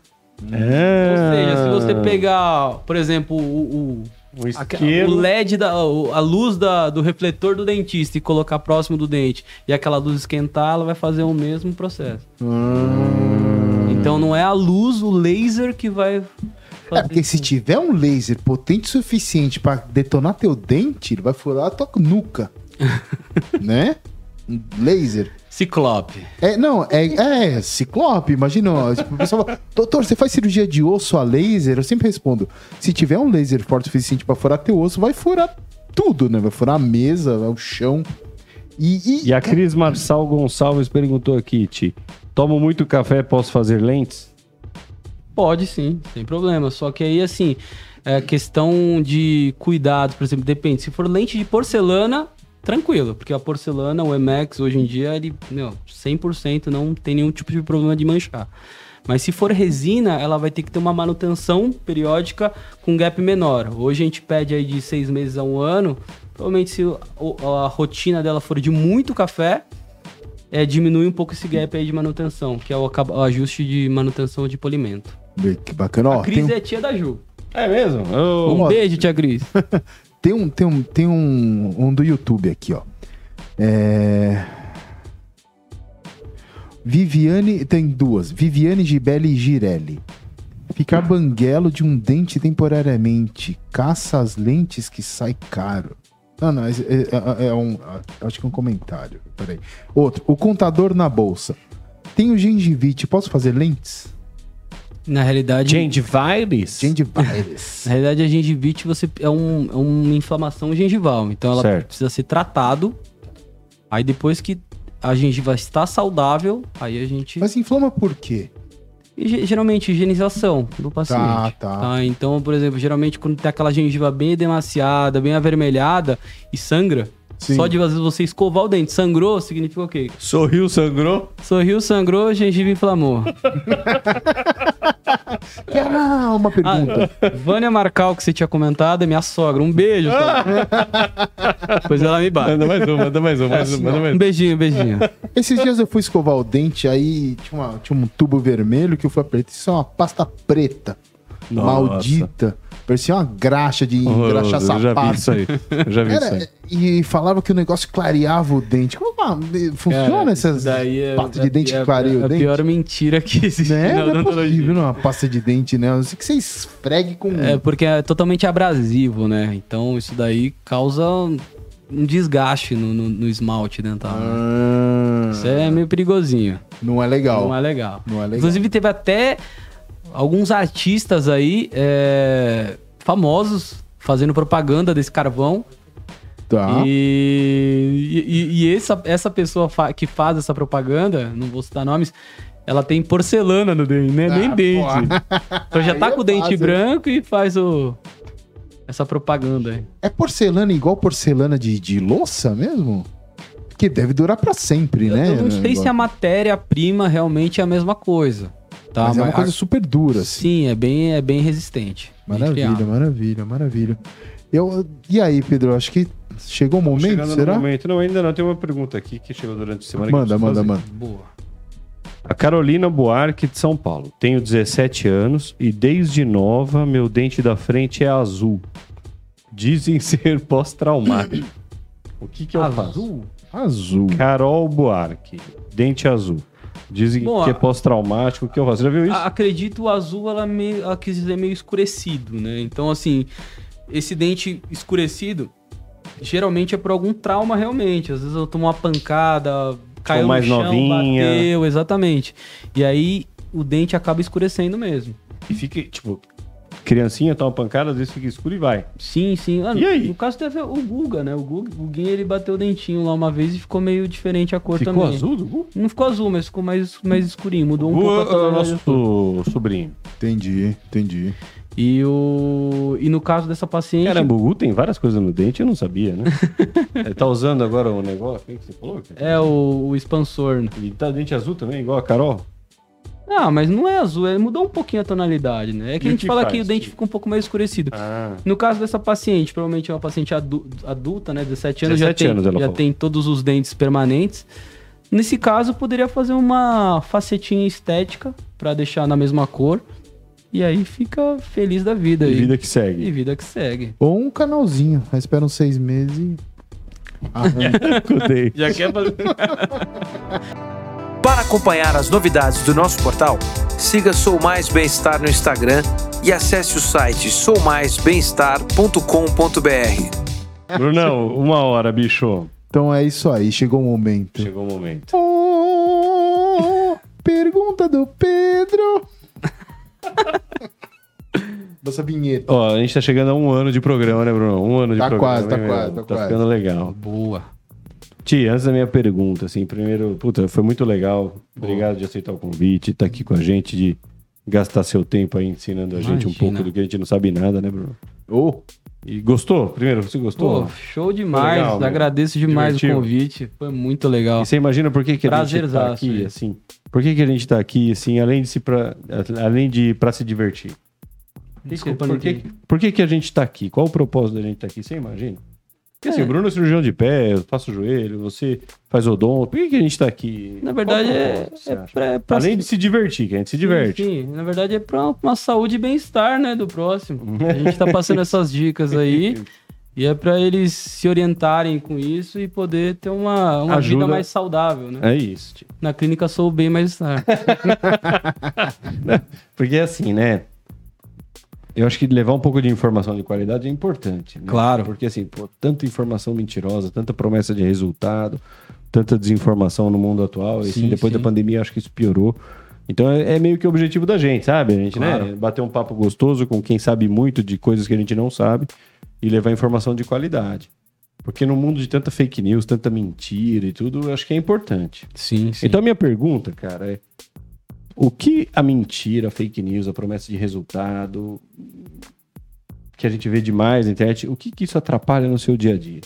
Speaker 4: É.
Speaker 5: É. Ah.
Speaker 4: Ou seja, se você pegar, por exemplo, o, o-
Speaker 3: Um
Speaker 4: Aque-
Speaker 3: isqueiro.
Speaker 4: O LED, da, o- a luz da- do refletor do dentista e colocar próximo do dente e aquela luz esquentar, ela vai fazer o mesmo processo. Então não é a luz, o laser que vai.
Speaker 2: Hum. É, porque se tiver um laser potente o suficiente pra detonar teu dente, ele vai furar a tua nuca. né? Um Laser.
Speaker 4: Ciclope.
Speaker 2: É, não, é, é ciclope, imagina. ó, tipo, o pessoal fala, doutor, você faz cirurgia de osso a laser? Eu sempre respondo: se tiver um laser forte o suficiente pra furar teu osso, vai furar tudo, né? Vai furar a mesa, vai o chão. E, e-
Speaker 5: E a Cris Marçal Gonçalves perguntou aqui, Ti. Tomo muito café, posso fazer lentes?
Speaker 4: Pode sim, sem problema. Só que aí, assim, é questão de cuidado, por exemplo, depende. Se for lente de porcelana, tranquilo, porque a porcelana, o Emax, hoje em dia, ele, meu, 100% não tem nenhum tipo de problema de manchar. Mas se for resina, ela vai ter que ter uma manutenção periódica com gap menor. Hoje a gente pede aí de seis meses a um ano. Provavelmente, se o- a rotina dela for de muito café, é, diminui um pouco esse gap aí de manutenção, que é o, acaba- o ajuste de manutenção de polimento.
Speaker 2: Vê Que bacana, ó.
Speaker 4: a Cris
Speaker 2: Tem, um
Speaker 4: é tia da Ju.
Speaker 5: É mesmo?
Speaker 4: Um
Speaker 2: ó.
Speaker 4: beijo, tia Cris.
Speaker 2: tem um, tem um, tem um, um do YouTube aqui, ó. É. Viviane, tem duas. Viviane Gibelli e Girelli. Ficar banguelo de um dente temporariamente. Caça as lentes que sai caro. Não, não, é, é- é- é um. Acho que é um comentário. Peraí. Outro. O contador na bolsa. Tenho gengivite, posso fazer lentes?
Speaker 4: Na realidade,
Speaker 5: Gengivires?
Speaker 2: Gengivitis.
Speaker 4: na realidade a gengivite você, é, um- é uma inflamação gengival. Então ela
Speaker 5: Certo.
Speaker 4: precisa ser tratado. Aí depois que a gengiva está saudável, aí a gente...
Speaker 2: Mas inflama por quê?
Speaker 4: É E ge- geralmente higienização do paciente.
Speaker 2: Tá, tá.
Speaker 4: Tá, então, por exemplo, geralmente quando tem aquela gengiva bem edemaciada, bem avermelhada e sangra,
Speaker 2: Sim.
Speaker 4: só de às vezes você escovar o dente, sangrou, significa o quê?
Speaker 3: Sorriu, sangrou.
Speaker 4: Sorriu, sangrou, a gengiva inflamou.
Speaker 2: Que era
Speaker 4: Ah,
Speaker 2: uma pergunta.
Speaker 4: Vânia Marcal, que você tinha comentado, é minha sogra. Um beijo. Sogra. pois ela me bate.
Speaker 3: Manda mais um, manda mais
Speaker 5: É
Speaker 3: um,
Speaker 5: assim,
Speaker 3: mais um, manda mais
Speaker 4: Um
Speaker 3: um.
Speaker 4: beijinho, um beijinho.
Speaker 2: Esses dias eu fui escovar o dente, aí tinha, uma- tinha um tubo vermelho que eu fui apertar. Isso é uma pasta preta.
Speaker 5: Nossa.
Speaker 2: Maldita. Parecia uma graxa de
Speaker 5: Horroroso,
Speaker 2: engraxar
Speaker 5: Eu já vi
Speaker 2: sapato.
Speaker 5: isso aí. Eu já vi isso aí.
Speaker 2: Era, e falava que o negócio clareava o dente. Como ah, funciona essas pasta de dente que clareia
Speaker 4: é
Speaker 2: o
Speaker 4: a
Speaker 2: dente?
Speaker 4: pior mentira que existe
Speaker 2: né?
Speaker 4: na
Speaker 2: Não, é
Speaker 4: odontologia.
Speaker 2: possível uma pasta de dente, né? A não ser que você esfregue com...
Speaker 4: É, porque é totalmente abrasivo, né? Então isso daí causa um um desgaste no, no- no esmalte dental. né?
Speaker 2: Ah,
Speaker 4: Isso é meio perigosinho.
Speaker 2: não é legal.
Speaker 4: Não é legal.
Speaker 2: Não é legal.
Speaker 4: Inclusive, teve até alguns artistas aí é, famosos fazendo propaganda desse carvão.
Speaker 2: Tá.
Speaker 4: E, e- e essa, essa pessoa fa- que faz essa propaganda, não vou citar nomes, ela tem porcelana no dente, né? Nem
Speaker 2: Ah,
Speaker 4: dente. Então já tá
Speaker 2: Aí
Speaker 4: com o
Speaker 2: é
Speaker 4: dente
Speaker 2: fácil.
Speaker 4: branco e faz o. Essa propaganda aí.
Speaker 2: É porcelana igual porcelana de, de louça mesmo? Que deve durar pra sempre, né?
Speaker 4: Eu não sei se é
Speaker 2: Negócio.
Speaker 4: a matéria-prima realmente é a mesma coisa. Tá?
Speaker 2: Mas é uma
Speaker 4: Mas-
Speaker 2: coisa super dura, assim.
Speaker 4: Sim, é bem, é bem resistente. bem
Speaker 2: Maravilha,
Speaker 4: friável.
Speaker 2: maravilha, maravilha. Eu, e aí, Pedro, acho que chegou o momento,
Speaker 5: Chegando
Speaker 2: será?
Speaker 5: no momento. Não, ainda não. Tem uma pergunta aqui que chegou durante a semana. que
Speaker 2: Manda,
Speaker 5: eu preciso
Speaker 2: manda,
Speaker 5: fazer.
Speaker 2: manda.
Speaker 4: Boa.
Speaker 5: A Carolina Buarque de São Paulo. Tenho 17 anos e desde nova meu dente da frente é azul. Dizem ser pós-traumático. O que que eu faço?
Speaker 4: Azul?
Speaker 2: Azul.
Speaker 5: Carol Buarque, dente azul.
Speaker 3: Dizem
Speaker 4: Bom,
Speaker 3: que é
Speaker 4: a-
Speaker 3: pós-traumático, que é horror. Você já viu isso?
Speaker 4: A- Acredito o azul, ela, meio, ela quis dizer meio escurecido, né? Então, assim, esse dente escurecido geralmente é por algum trauma realmente. Às vezes eu tomo uma pancada, caiu
Speaker 3: mais
Speaker 4: no chão,
Speaker 3: novinha.
Speaker 4: bateu, exatamente. E aí o dente acaba escurecendo mesmo.
Speaker 3: E fica, tipo, criancinha tá uma pancada, às vezes fica escuro e vai.
Speaker 4: Sim, sim. Ah,
Speaker 3: E aí?
Speaker 4: No caso teve o Guga, né? O Guga, o Guguinha, ele bateu o dentinho lá uma vez e ficou meio diferente a cor
Speaker 3: Ficou
Speaker 4: também.
Speaker 3: azul do Gu?
Speaker 4: Não ficou azul, mas ficou mais, mais escurinho, mudou um
Speaker 3: Gu
Speaker 4: pouco a
Speaker 3: é o
Speaker 4: tonalidade da cor.
Speaker 3: nosso sobrinho.
Speaker 2: Entendi, entendi.
Speaker 4: E o e no caso dessa paciente,
Speaker 3: Caramba, o Gu tem várias coisas no dente, eu não sabia, né? Ele tá usando agora o negócio, o que você falou? cara?
Speaker 4: É o, o expansor. né?
Speaker 3: Ele tá dente azul também, igual a Carol?
Speaker 4: Ah, mas não é azul, ele mudou um pouquinho a tonalidade, né? É que
Speaker 3: E
Speaker 4: a
Speaker 3: o
Speaker 4: gente
Speaker 3: que
Speaker 4: fala
Speaker 3: faz?
Speaker 4: que o dente fica um pouco mais escurecido.
Speaker 3: Ah,
Speaker 4: No caso dessa paciente, provavelmente é uma paciente adu- adulta, né? 17 anos,
Speaker 3: 17
Speaker 4: já, tem,
Speaker 3: anos, ela
Speaker 4: já
Speaker 3: falou.
Speaker 4: tem todos os dentes permanentes. Nesse caso, poderia fazer uma facetinha estética pra deixar na mesma cor. E aí fica feliz da vida.
Speaker 3: e
Speaker 4: E
Speaker 3: vida que segue.
Speaker 4: e vida que segue.
Speaker 2: Ou um canalzinho. Aí espera uns seis meses e. arranca.
Speaker 3: Cudei.
Speaker 4: Já quer fazer.
Speaker 6: Para acompanhar as novidades do nosso portal, siga Sou Mais Bem-Estar no Instagram e acesse o site soumaisbemestar.com.br.
Speaker 3: Brunão, uma hora, bicho.
Speaker 2: então é isso aí, chegou o momento.
Speaker 3: Chegou o momento.
Speaker 2: Oh, pergunta do Pedro. Nossa vinheta.
Speaker 3: Ó, a gente tá chegando a um ano de programa, né, Bruno? Um ano de
Speaker 2: Tá
Speaker 3: programa.
Speaker 2: quase, tá
Speaker 3: hein, meu?
Speaker 2: quase, tá
Speaker 3: Tá
Speaker 2: quase.
Speaker 3: ficando legal.
Speaker 4: Boa.
Speaker 3: Ti, antes da minha pergunta, assim, primeiro, puta, foi muito legal. Obrigado de aceitar o convite, tá aqui com a gente, de gastar seu tempo aí ensinando a gente um
Speaker 4: Imagina.
Speaker 3: pouco do que a gente não sabe nada, né, Bruno?
Speaker 2: Oh,
Speaker 3: E gostou? Primeiro, você gostou?
Speaker 4: Pô, show demais.
Speaker 3: legal, né?
Speaker 4: Agradeço demais
Speaker 3: Divertiu.
Speaker 4: o convite. Foi muito legal.
Speaker 3: E você imagina por que, que a gente tá
Speaker 4: Prazerzaço,
Speaker 3: aqui,
Speaker 4: hein?
Speaker 3: assim? Por que, que a gente tá aqui, assim, além de se pra, além de pra se divertir?
Speaker 4: Desculpa, não
Speaker 3: por que,
Speaker 4: entendi.
Speaker 3: por que, que a gente tá aqui? Qual o propósito da gente tá aqui? Você imagina? Porque assim,
Speaker 4: É.
Speaker 3: o Bruno é cirurgião de pé, eu faço joelho, você faz odonto. Por que, que a gente tá aqui?
Speaker 4: Na verdade,
Speaker 3: Qual o
Speaker 4: é,
Speaker 3: propósito, você
Speaker 4: é
Speaker 3: acha?
Speaker 4: pra, é pra-
Speaker 3: Além de se divertir, que a gente se
Speaker 4: Sim,
Speaker 3: diverte.
Speaker 4: Sim, na verdade é pra uma saúde e bem-estar, né, do próximo. A gente tá passando essas dicas aí e é pra eles se orientarem com isso e poder ter uma, uma
Speaker 3: Ajuda.
Speaker 4: vida mais saudável, né?
Speaker 3: É isso. tio.
Speaker 4: Na clínica sou o bem mais estar.
Speaker 3: Porque assim, né? Eu acho que levar um pouco de informação de qualidade é importante. né?
Speaker 4: Claro.
Speaker 3: Porque assim, pô, tanta informação mentirosa, tanta promessa de resultado, tanta desinformação no mundo atual. E, assim,
Speaker 4: Sim,
Speaker 3: depois
Speaker 4: sim.
Speaker 3: da pandemia, acho que isso piorou. Então é, é meio que o objetivo da gente, sabe? A gente, né?
Speaker 4: Claro.
Speaker 3: Bater um papo gostoso com quem sabe muito de coisas que a gente não sabe e levar informação de qualidade. Porque no mundo de tanta fake news, tanta mentira e tudo, eu acho que é importante.
Speaker 4: Sim, sim.
Speaker 3: Então a minha pergunta, cara, é o que a mentira, a fake news, a promessa de resultado que a gente vê demais na internet, o que, que isso atrapalha no seu dia a dia?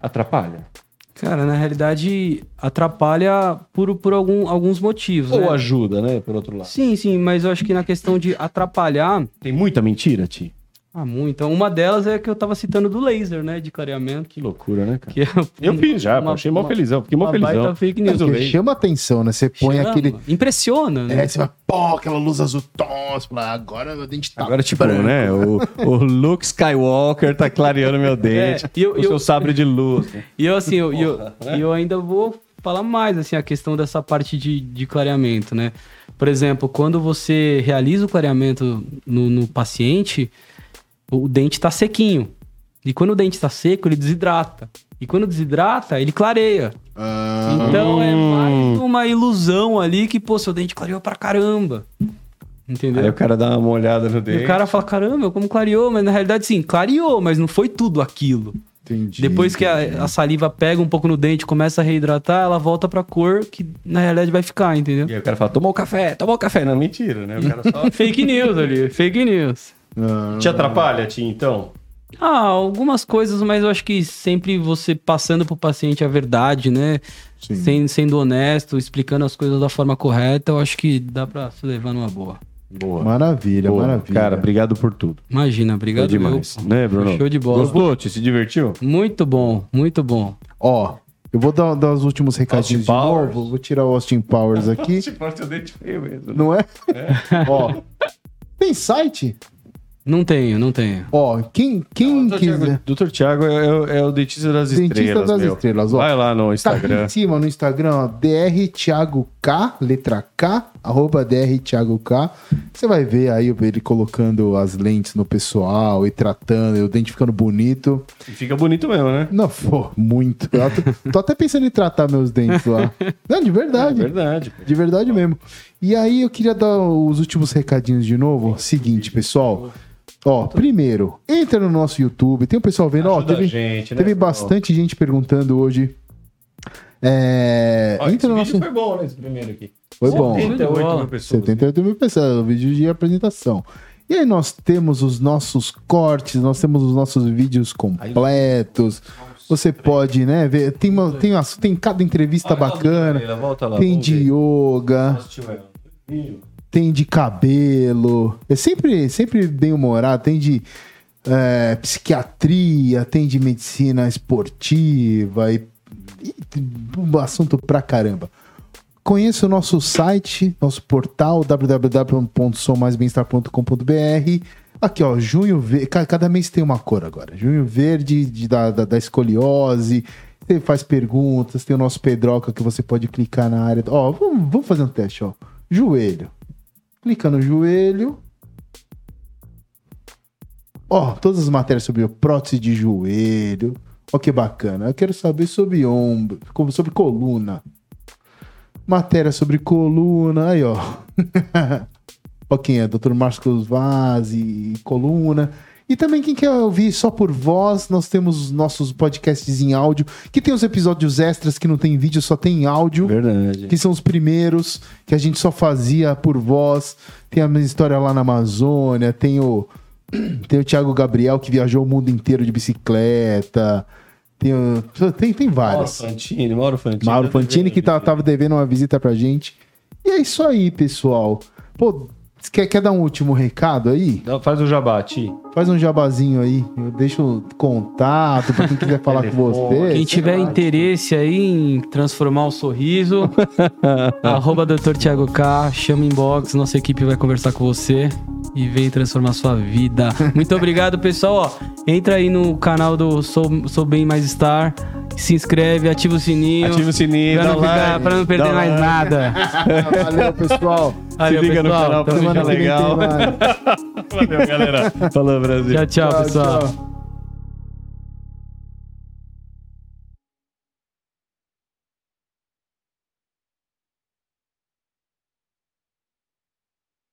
Speaker 3: Atrapalha?
Speaker 4: Cara, na realidade atrapalha por, por algum, alguns motivos,
Speaker 3: Ou
Speaker 4: né?
Speaker 3: ajuda, né, por outro lado?
Speaker 4: Sim, sim, mas eu acho que na questão de atrapalhar,
Speaker 3: Tem muita mentira, Ti?
Speaker 4: ah, muito. Uma delas é a que eu tava citando do laser, né, de clareamento,
Speaker 3: Que loucura, né, cara?
Speaker 4: que é
Speaker 3: Eu fiz já, pô, achei mó
Speaker 4: uma-
Speaker 3: felizão, fiquei mó
Speaker 4: uma baita
Speaker 3: felizão.
Speaker 4: fake
Speaker 3: Mas
Speaker 4: news.
Speaker 3: eu
Speaker 2: porque
Speaker 3: vejo.
Speaker 2: chama atenção, né? Você põe
Speaker 4: Chama.
Speaker 2: aquele.
Speaker 4: Impressiona, né?
Speaker 2: É, você vai, pô, aquela luz azul tom, você fala, agora meu dente tá.
Speaker 3: Agora, tipo,
Speaker 2: branco.
Speaker 3: né, o, o Luke Skywalker tá clareando meu dente,
Speaker 4: É, e eu-
Speaker 3: o
Speaker 4: eu-
Speaker 3: seu sabre de luz.
Speaker 4: E eu, assim, eu, e eu,
Speaker 3: né?
Speaker 4: e eu ainda vou falar mais, assim, a questão dessa parte de, de clareamento, né? Por exemplo, quando você realiza o clareamento no, no paciente, o, o dente tá sequinho. E quando o dente tá seco, ele desidrata. E quando desidrata, ele clareia.
Speaker 2: Ah,
Speaker 4: Então é
Speaker 3: Hum.
Speaker 4: mais uma ilusão ali que, pô, seu dente clareou pra caramba. Entendeu?
Speaker 3: Aí o cara dá uma olhada no
Speaker 4: E
Speaker 3: dente.
Speaker 4: o cara fala, caramba, como clareou? Mas na realidade, sim, clareou, mas não foi tudo aquilo.
Speaker 2: entendi.
Speaker 4: Depois que a, a saliva pega um pouco no dente, começa a reidratar, ela volta pra cor que na realidade vai ficar, entendeu?
Speaker 3: E aí o cara fala, tomou café, tomou café. Não, mentira, né? O cara só...
Speaker 4: Fake news ali, fake news.
Speaker 2: Ah,
Speaker 3: Te atrapalha, Ti, então?
Speaker 4: Ah, algumas coisas, mas eu acho que sempre você passando pro paciente a verdade, né?
Speaker 2: sim.
Speaker 4: Sendo, sendo honesto, explicando as coisas da forma correta, eu acho que dá pra se levar numa boa.
Speaker 3: Boa.
Speaker 2: Maravilha, maravilha.
Speaker 3: Cara, obrigado por tudo.
Speaker 4: Imagina,
Speaker 3: Foi
Speaker 4: obrigado.
Speaker 3: demais.
Speaker 4: eu.
Speaker 3: Né, Bruno?
Speaker 4: Show de bola.
Speaker 3: Gostou, Ti? Se divertiu?
Speaker 4: Muito bom, muito bom.
Speaker 2: Ó, eu vou dar, dar os últimos recadinhos de
Speaker 3: Austin Powers.
Speaker 2: novo. Vou tirar o Austin Powers aqui.
Speaker 3: Tipo, seu dente feio mesmo.
Speaker 2: Não é? Ó, tem site?
Speaker 4: Não tenho, não tenho.
Speaker 2: Ó, quem, quem
Speaker 3: Dr.
Speaker 2: quiser.
Speaker 3: Tiago, Dr. Tiago é, o- é o dentista das
Speaker 2: Dentista
Speaker 3: estrelas,
Speaker 2: das
Speaker 3: meu.
Speaker 2: estrelas, ó.
Speaker 3: Vai lá no
Speaker 2: Tá aqui
Speaker 3: Instagram.
Speaker 2: em cima no Instagram, ó, DR Thiago K, letra K, arroba DR Thiago K. Você vai ver aí ele colocando as lentes no pessoal e tratando, e o dente ficando bonito.
Speaker 3: E Fica bonito mesmo, né?
Speaker 2: Não, pô, muito. Eu tô, tô até pensando em tratar meus dentes lá. Não, de verdade.
Speaker 3: É Verdade.
Speaker 2: De verdade mesmo. E aí eu queria dar os últimos recadinhos de novo. Seguinte, pessoal. Ó, primeiro, entra no nosso YouTube. Tem o pessoal vendo, ó,
Speaker 3: Ajuda a
Speaker 2: teve,
Speaker 3: gente, né,
Speaker 2: teve
Speaker 3: pessoal?
Speaker 2: bastante gente perguntando hoje. É,
Speaker 3: Ó, esse
Speaker 2: entra no nosso.
Speaker 3: vídeo foi bom, né? Esse primeiro aqui.
Speaker 2: Foi bom.
Speaker 3: 78 mil
Speaker 4: Bola.
Speaker 3: pessoas.
Speaker 2: 78 mil pessoas, o vídeo de apresentação. E aí nós temos os nossos cortes, nós temos os nossos vídeos completos. Você pode, né, ver. Tem, uma, tem, uma, tem cada entrevista tá bacana.
Speaker 3: Leila, volta lá.
Speaker 2: Tem
Speaker 3: vamos
Speaker 2: de
Speaker 3: ver.
Speaker 2: yoga,
Speaker 3: Assistiu é. ela. Ih,
Speaker 2: tem de cabelo. É sempre, sempre bem humorado. Tem de é, psiquiatria, tem de medicina esportiva e, e um assunto pra caramba. Conheça o nosso site, nosso portal www.sommaisbemestar.com.br. Aqui, ó, junho verde. Cada mês tem uma cor agora. Junho verde de- da, da, da escoliose. Você faz perguntas, tem o nosso Pedroca que você pode clicar na área. Ó, vamos, vamos fazer um teste, ó. Joelho. Clica no joelho. Ó, todas as matérias sobre o prótese de joelho. Ó, que bacana. Eu quero saber sobre ombro, como- sobre coluna. Matéria sobre coluna, aí, ó. ó, quem é? Dr. Marcos Vaz e coluna. E também quem quer ouvir só por voz, nós temos os nossos podcasts em áudio, que tem os episódios extras que não tem vídeo, só tem áudio
Speaker 5: Verdade.
Speaker 2: que são os primeiros que a gente só fazia por voz. Tem a minha história lá na Amazônia, tem o, tem o Thiago Gabriel que viajou o mundo inteiro de bicicleta. Tem, o- tem, tem
Speaker 3: Mauro
Speaker 2: várias.
Speaker 3: Fantini, Mauro Fantini.
Speaker 2: Mauro Fantini que tá,
Speaker 3: estava
Speaker 2: tava devendo uma visita pra gente. E é isso aí, pessoal. Pô, cê quer, quer dar um último recado aí?
Speaker 3: Faz o jabati.
Speaker 2: Faz um jabazinho aí. Eu deixo o contato pra quem quiser falar com você.
Speaker 3: é
Speaker 4: Quem tiver interesse aí em transformar o sorriso, arroba Dr. Thiago K, chama o inbox, nossa equipe vai conversar com você e vem transformar sua vida. Muito obrigado, pessoal. Ó, entra aí no canal do Sou, Sou Bem Mais Star, se inscreve, ativa o sininho.
Speaker 3: Ativa o sininho,
Speaker 4: Pra
Speaker 3: dá um
Speaker 4: não, ficar-
Speaker 3: like,
Speaker 4: pra não perder
Speaker 3: dá
Speaker 4: mais
Speaker 3: like.
Speaker 4: nada.
Speaker 2: Ah, Valeu, pessoal.
Speaker 4: Valeu,
Speaker 3: liga no
Speaker 4: pessoal.
Speaker 3: canal pra
Speaker 4: Tamo
Speaker 3: ficar
Speaker 2: Semana que
Speaker 4: junto.
Speaker 2: vem tem
Speaker 3: legal.
Speaker 2: mais.
Speaker 3: Valeu, galera. Falou, Brasil.
Speaker 4: Tchau, tchau, pessoal.
Speaker 2: tchau.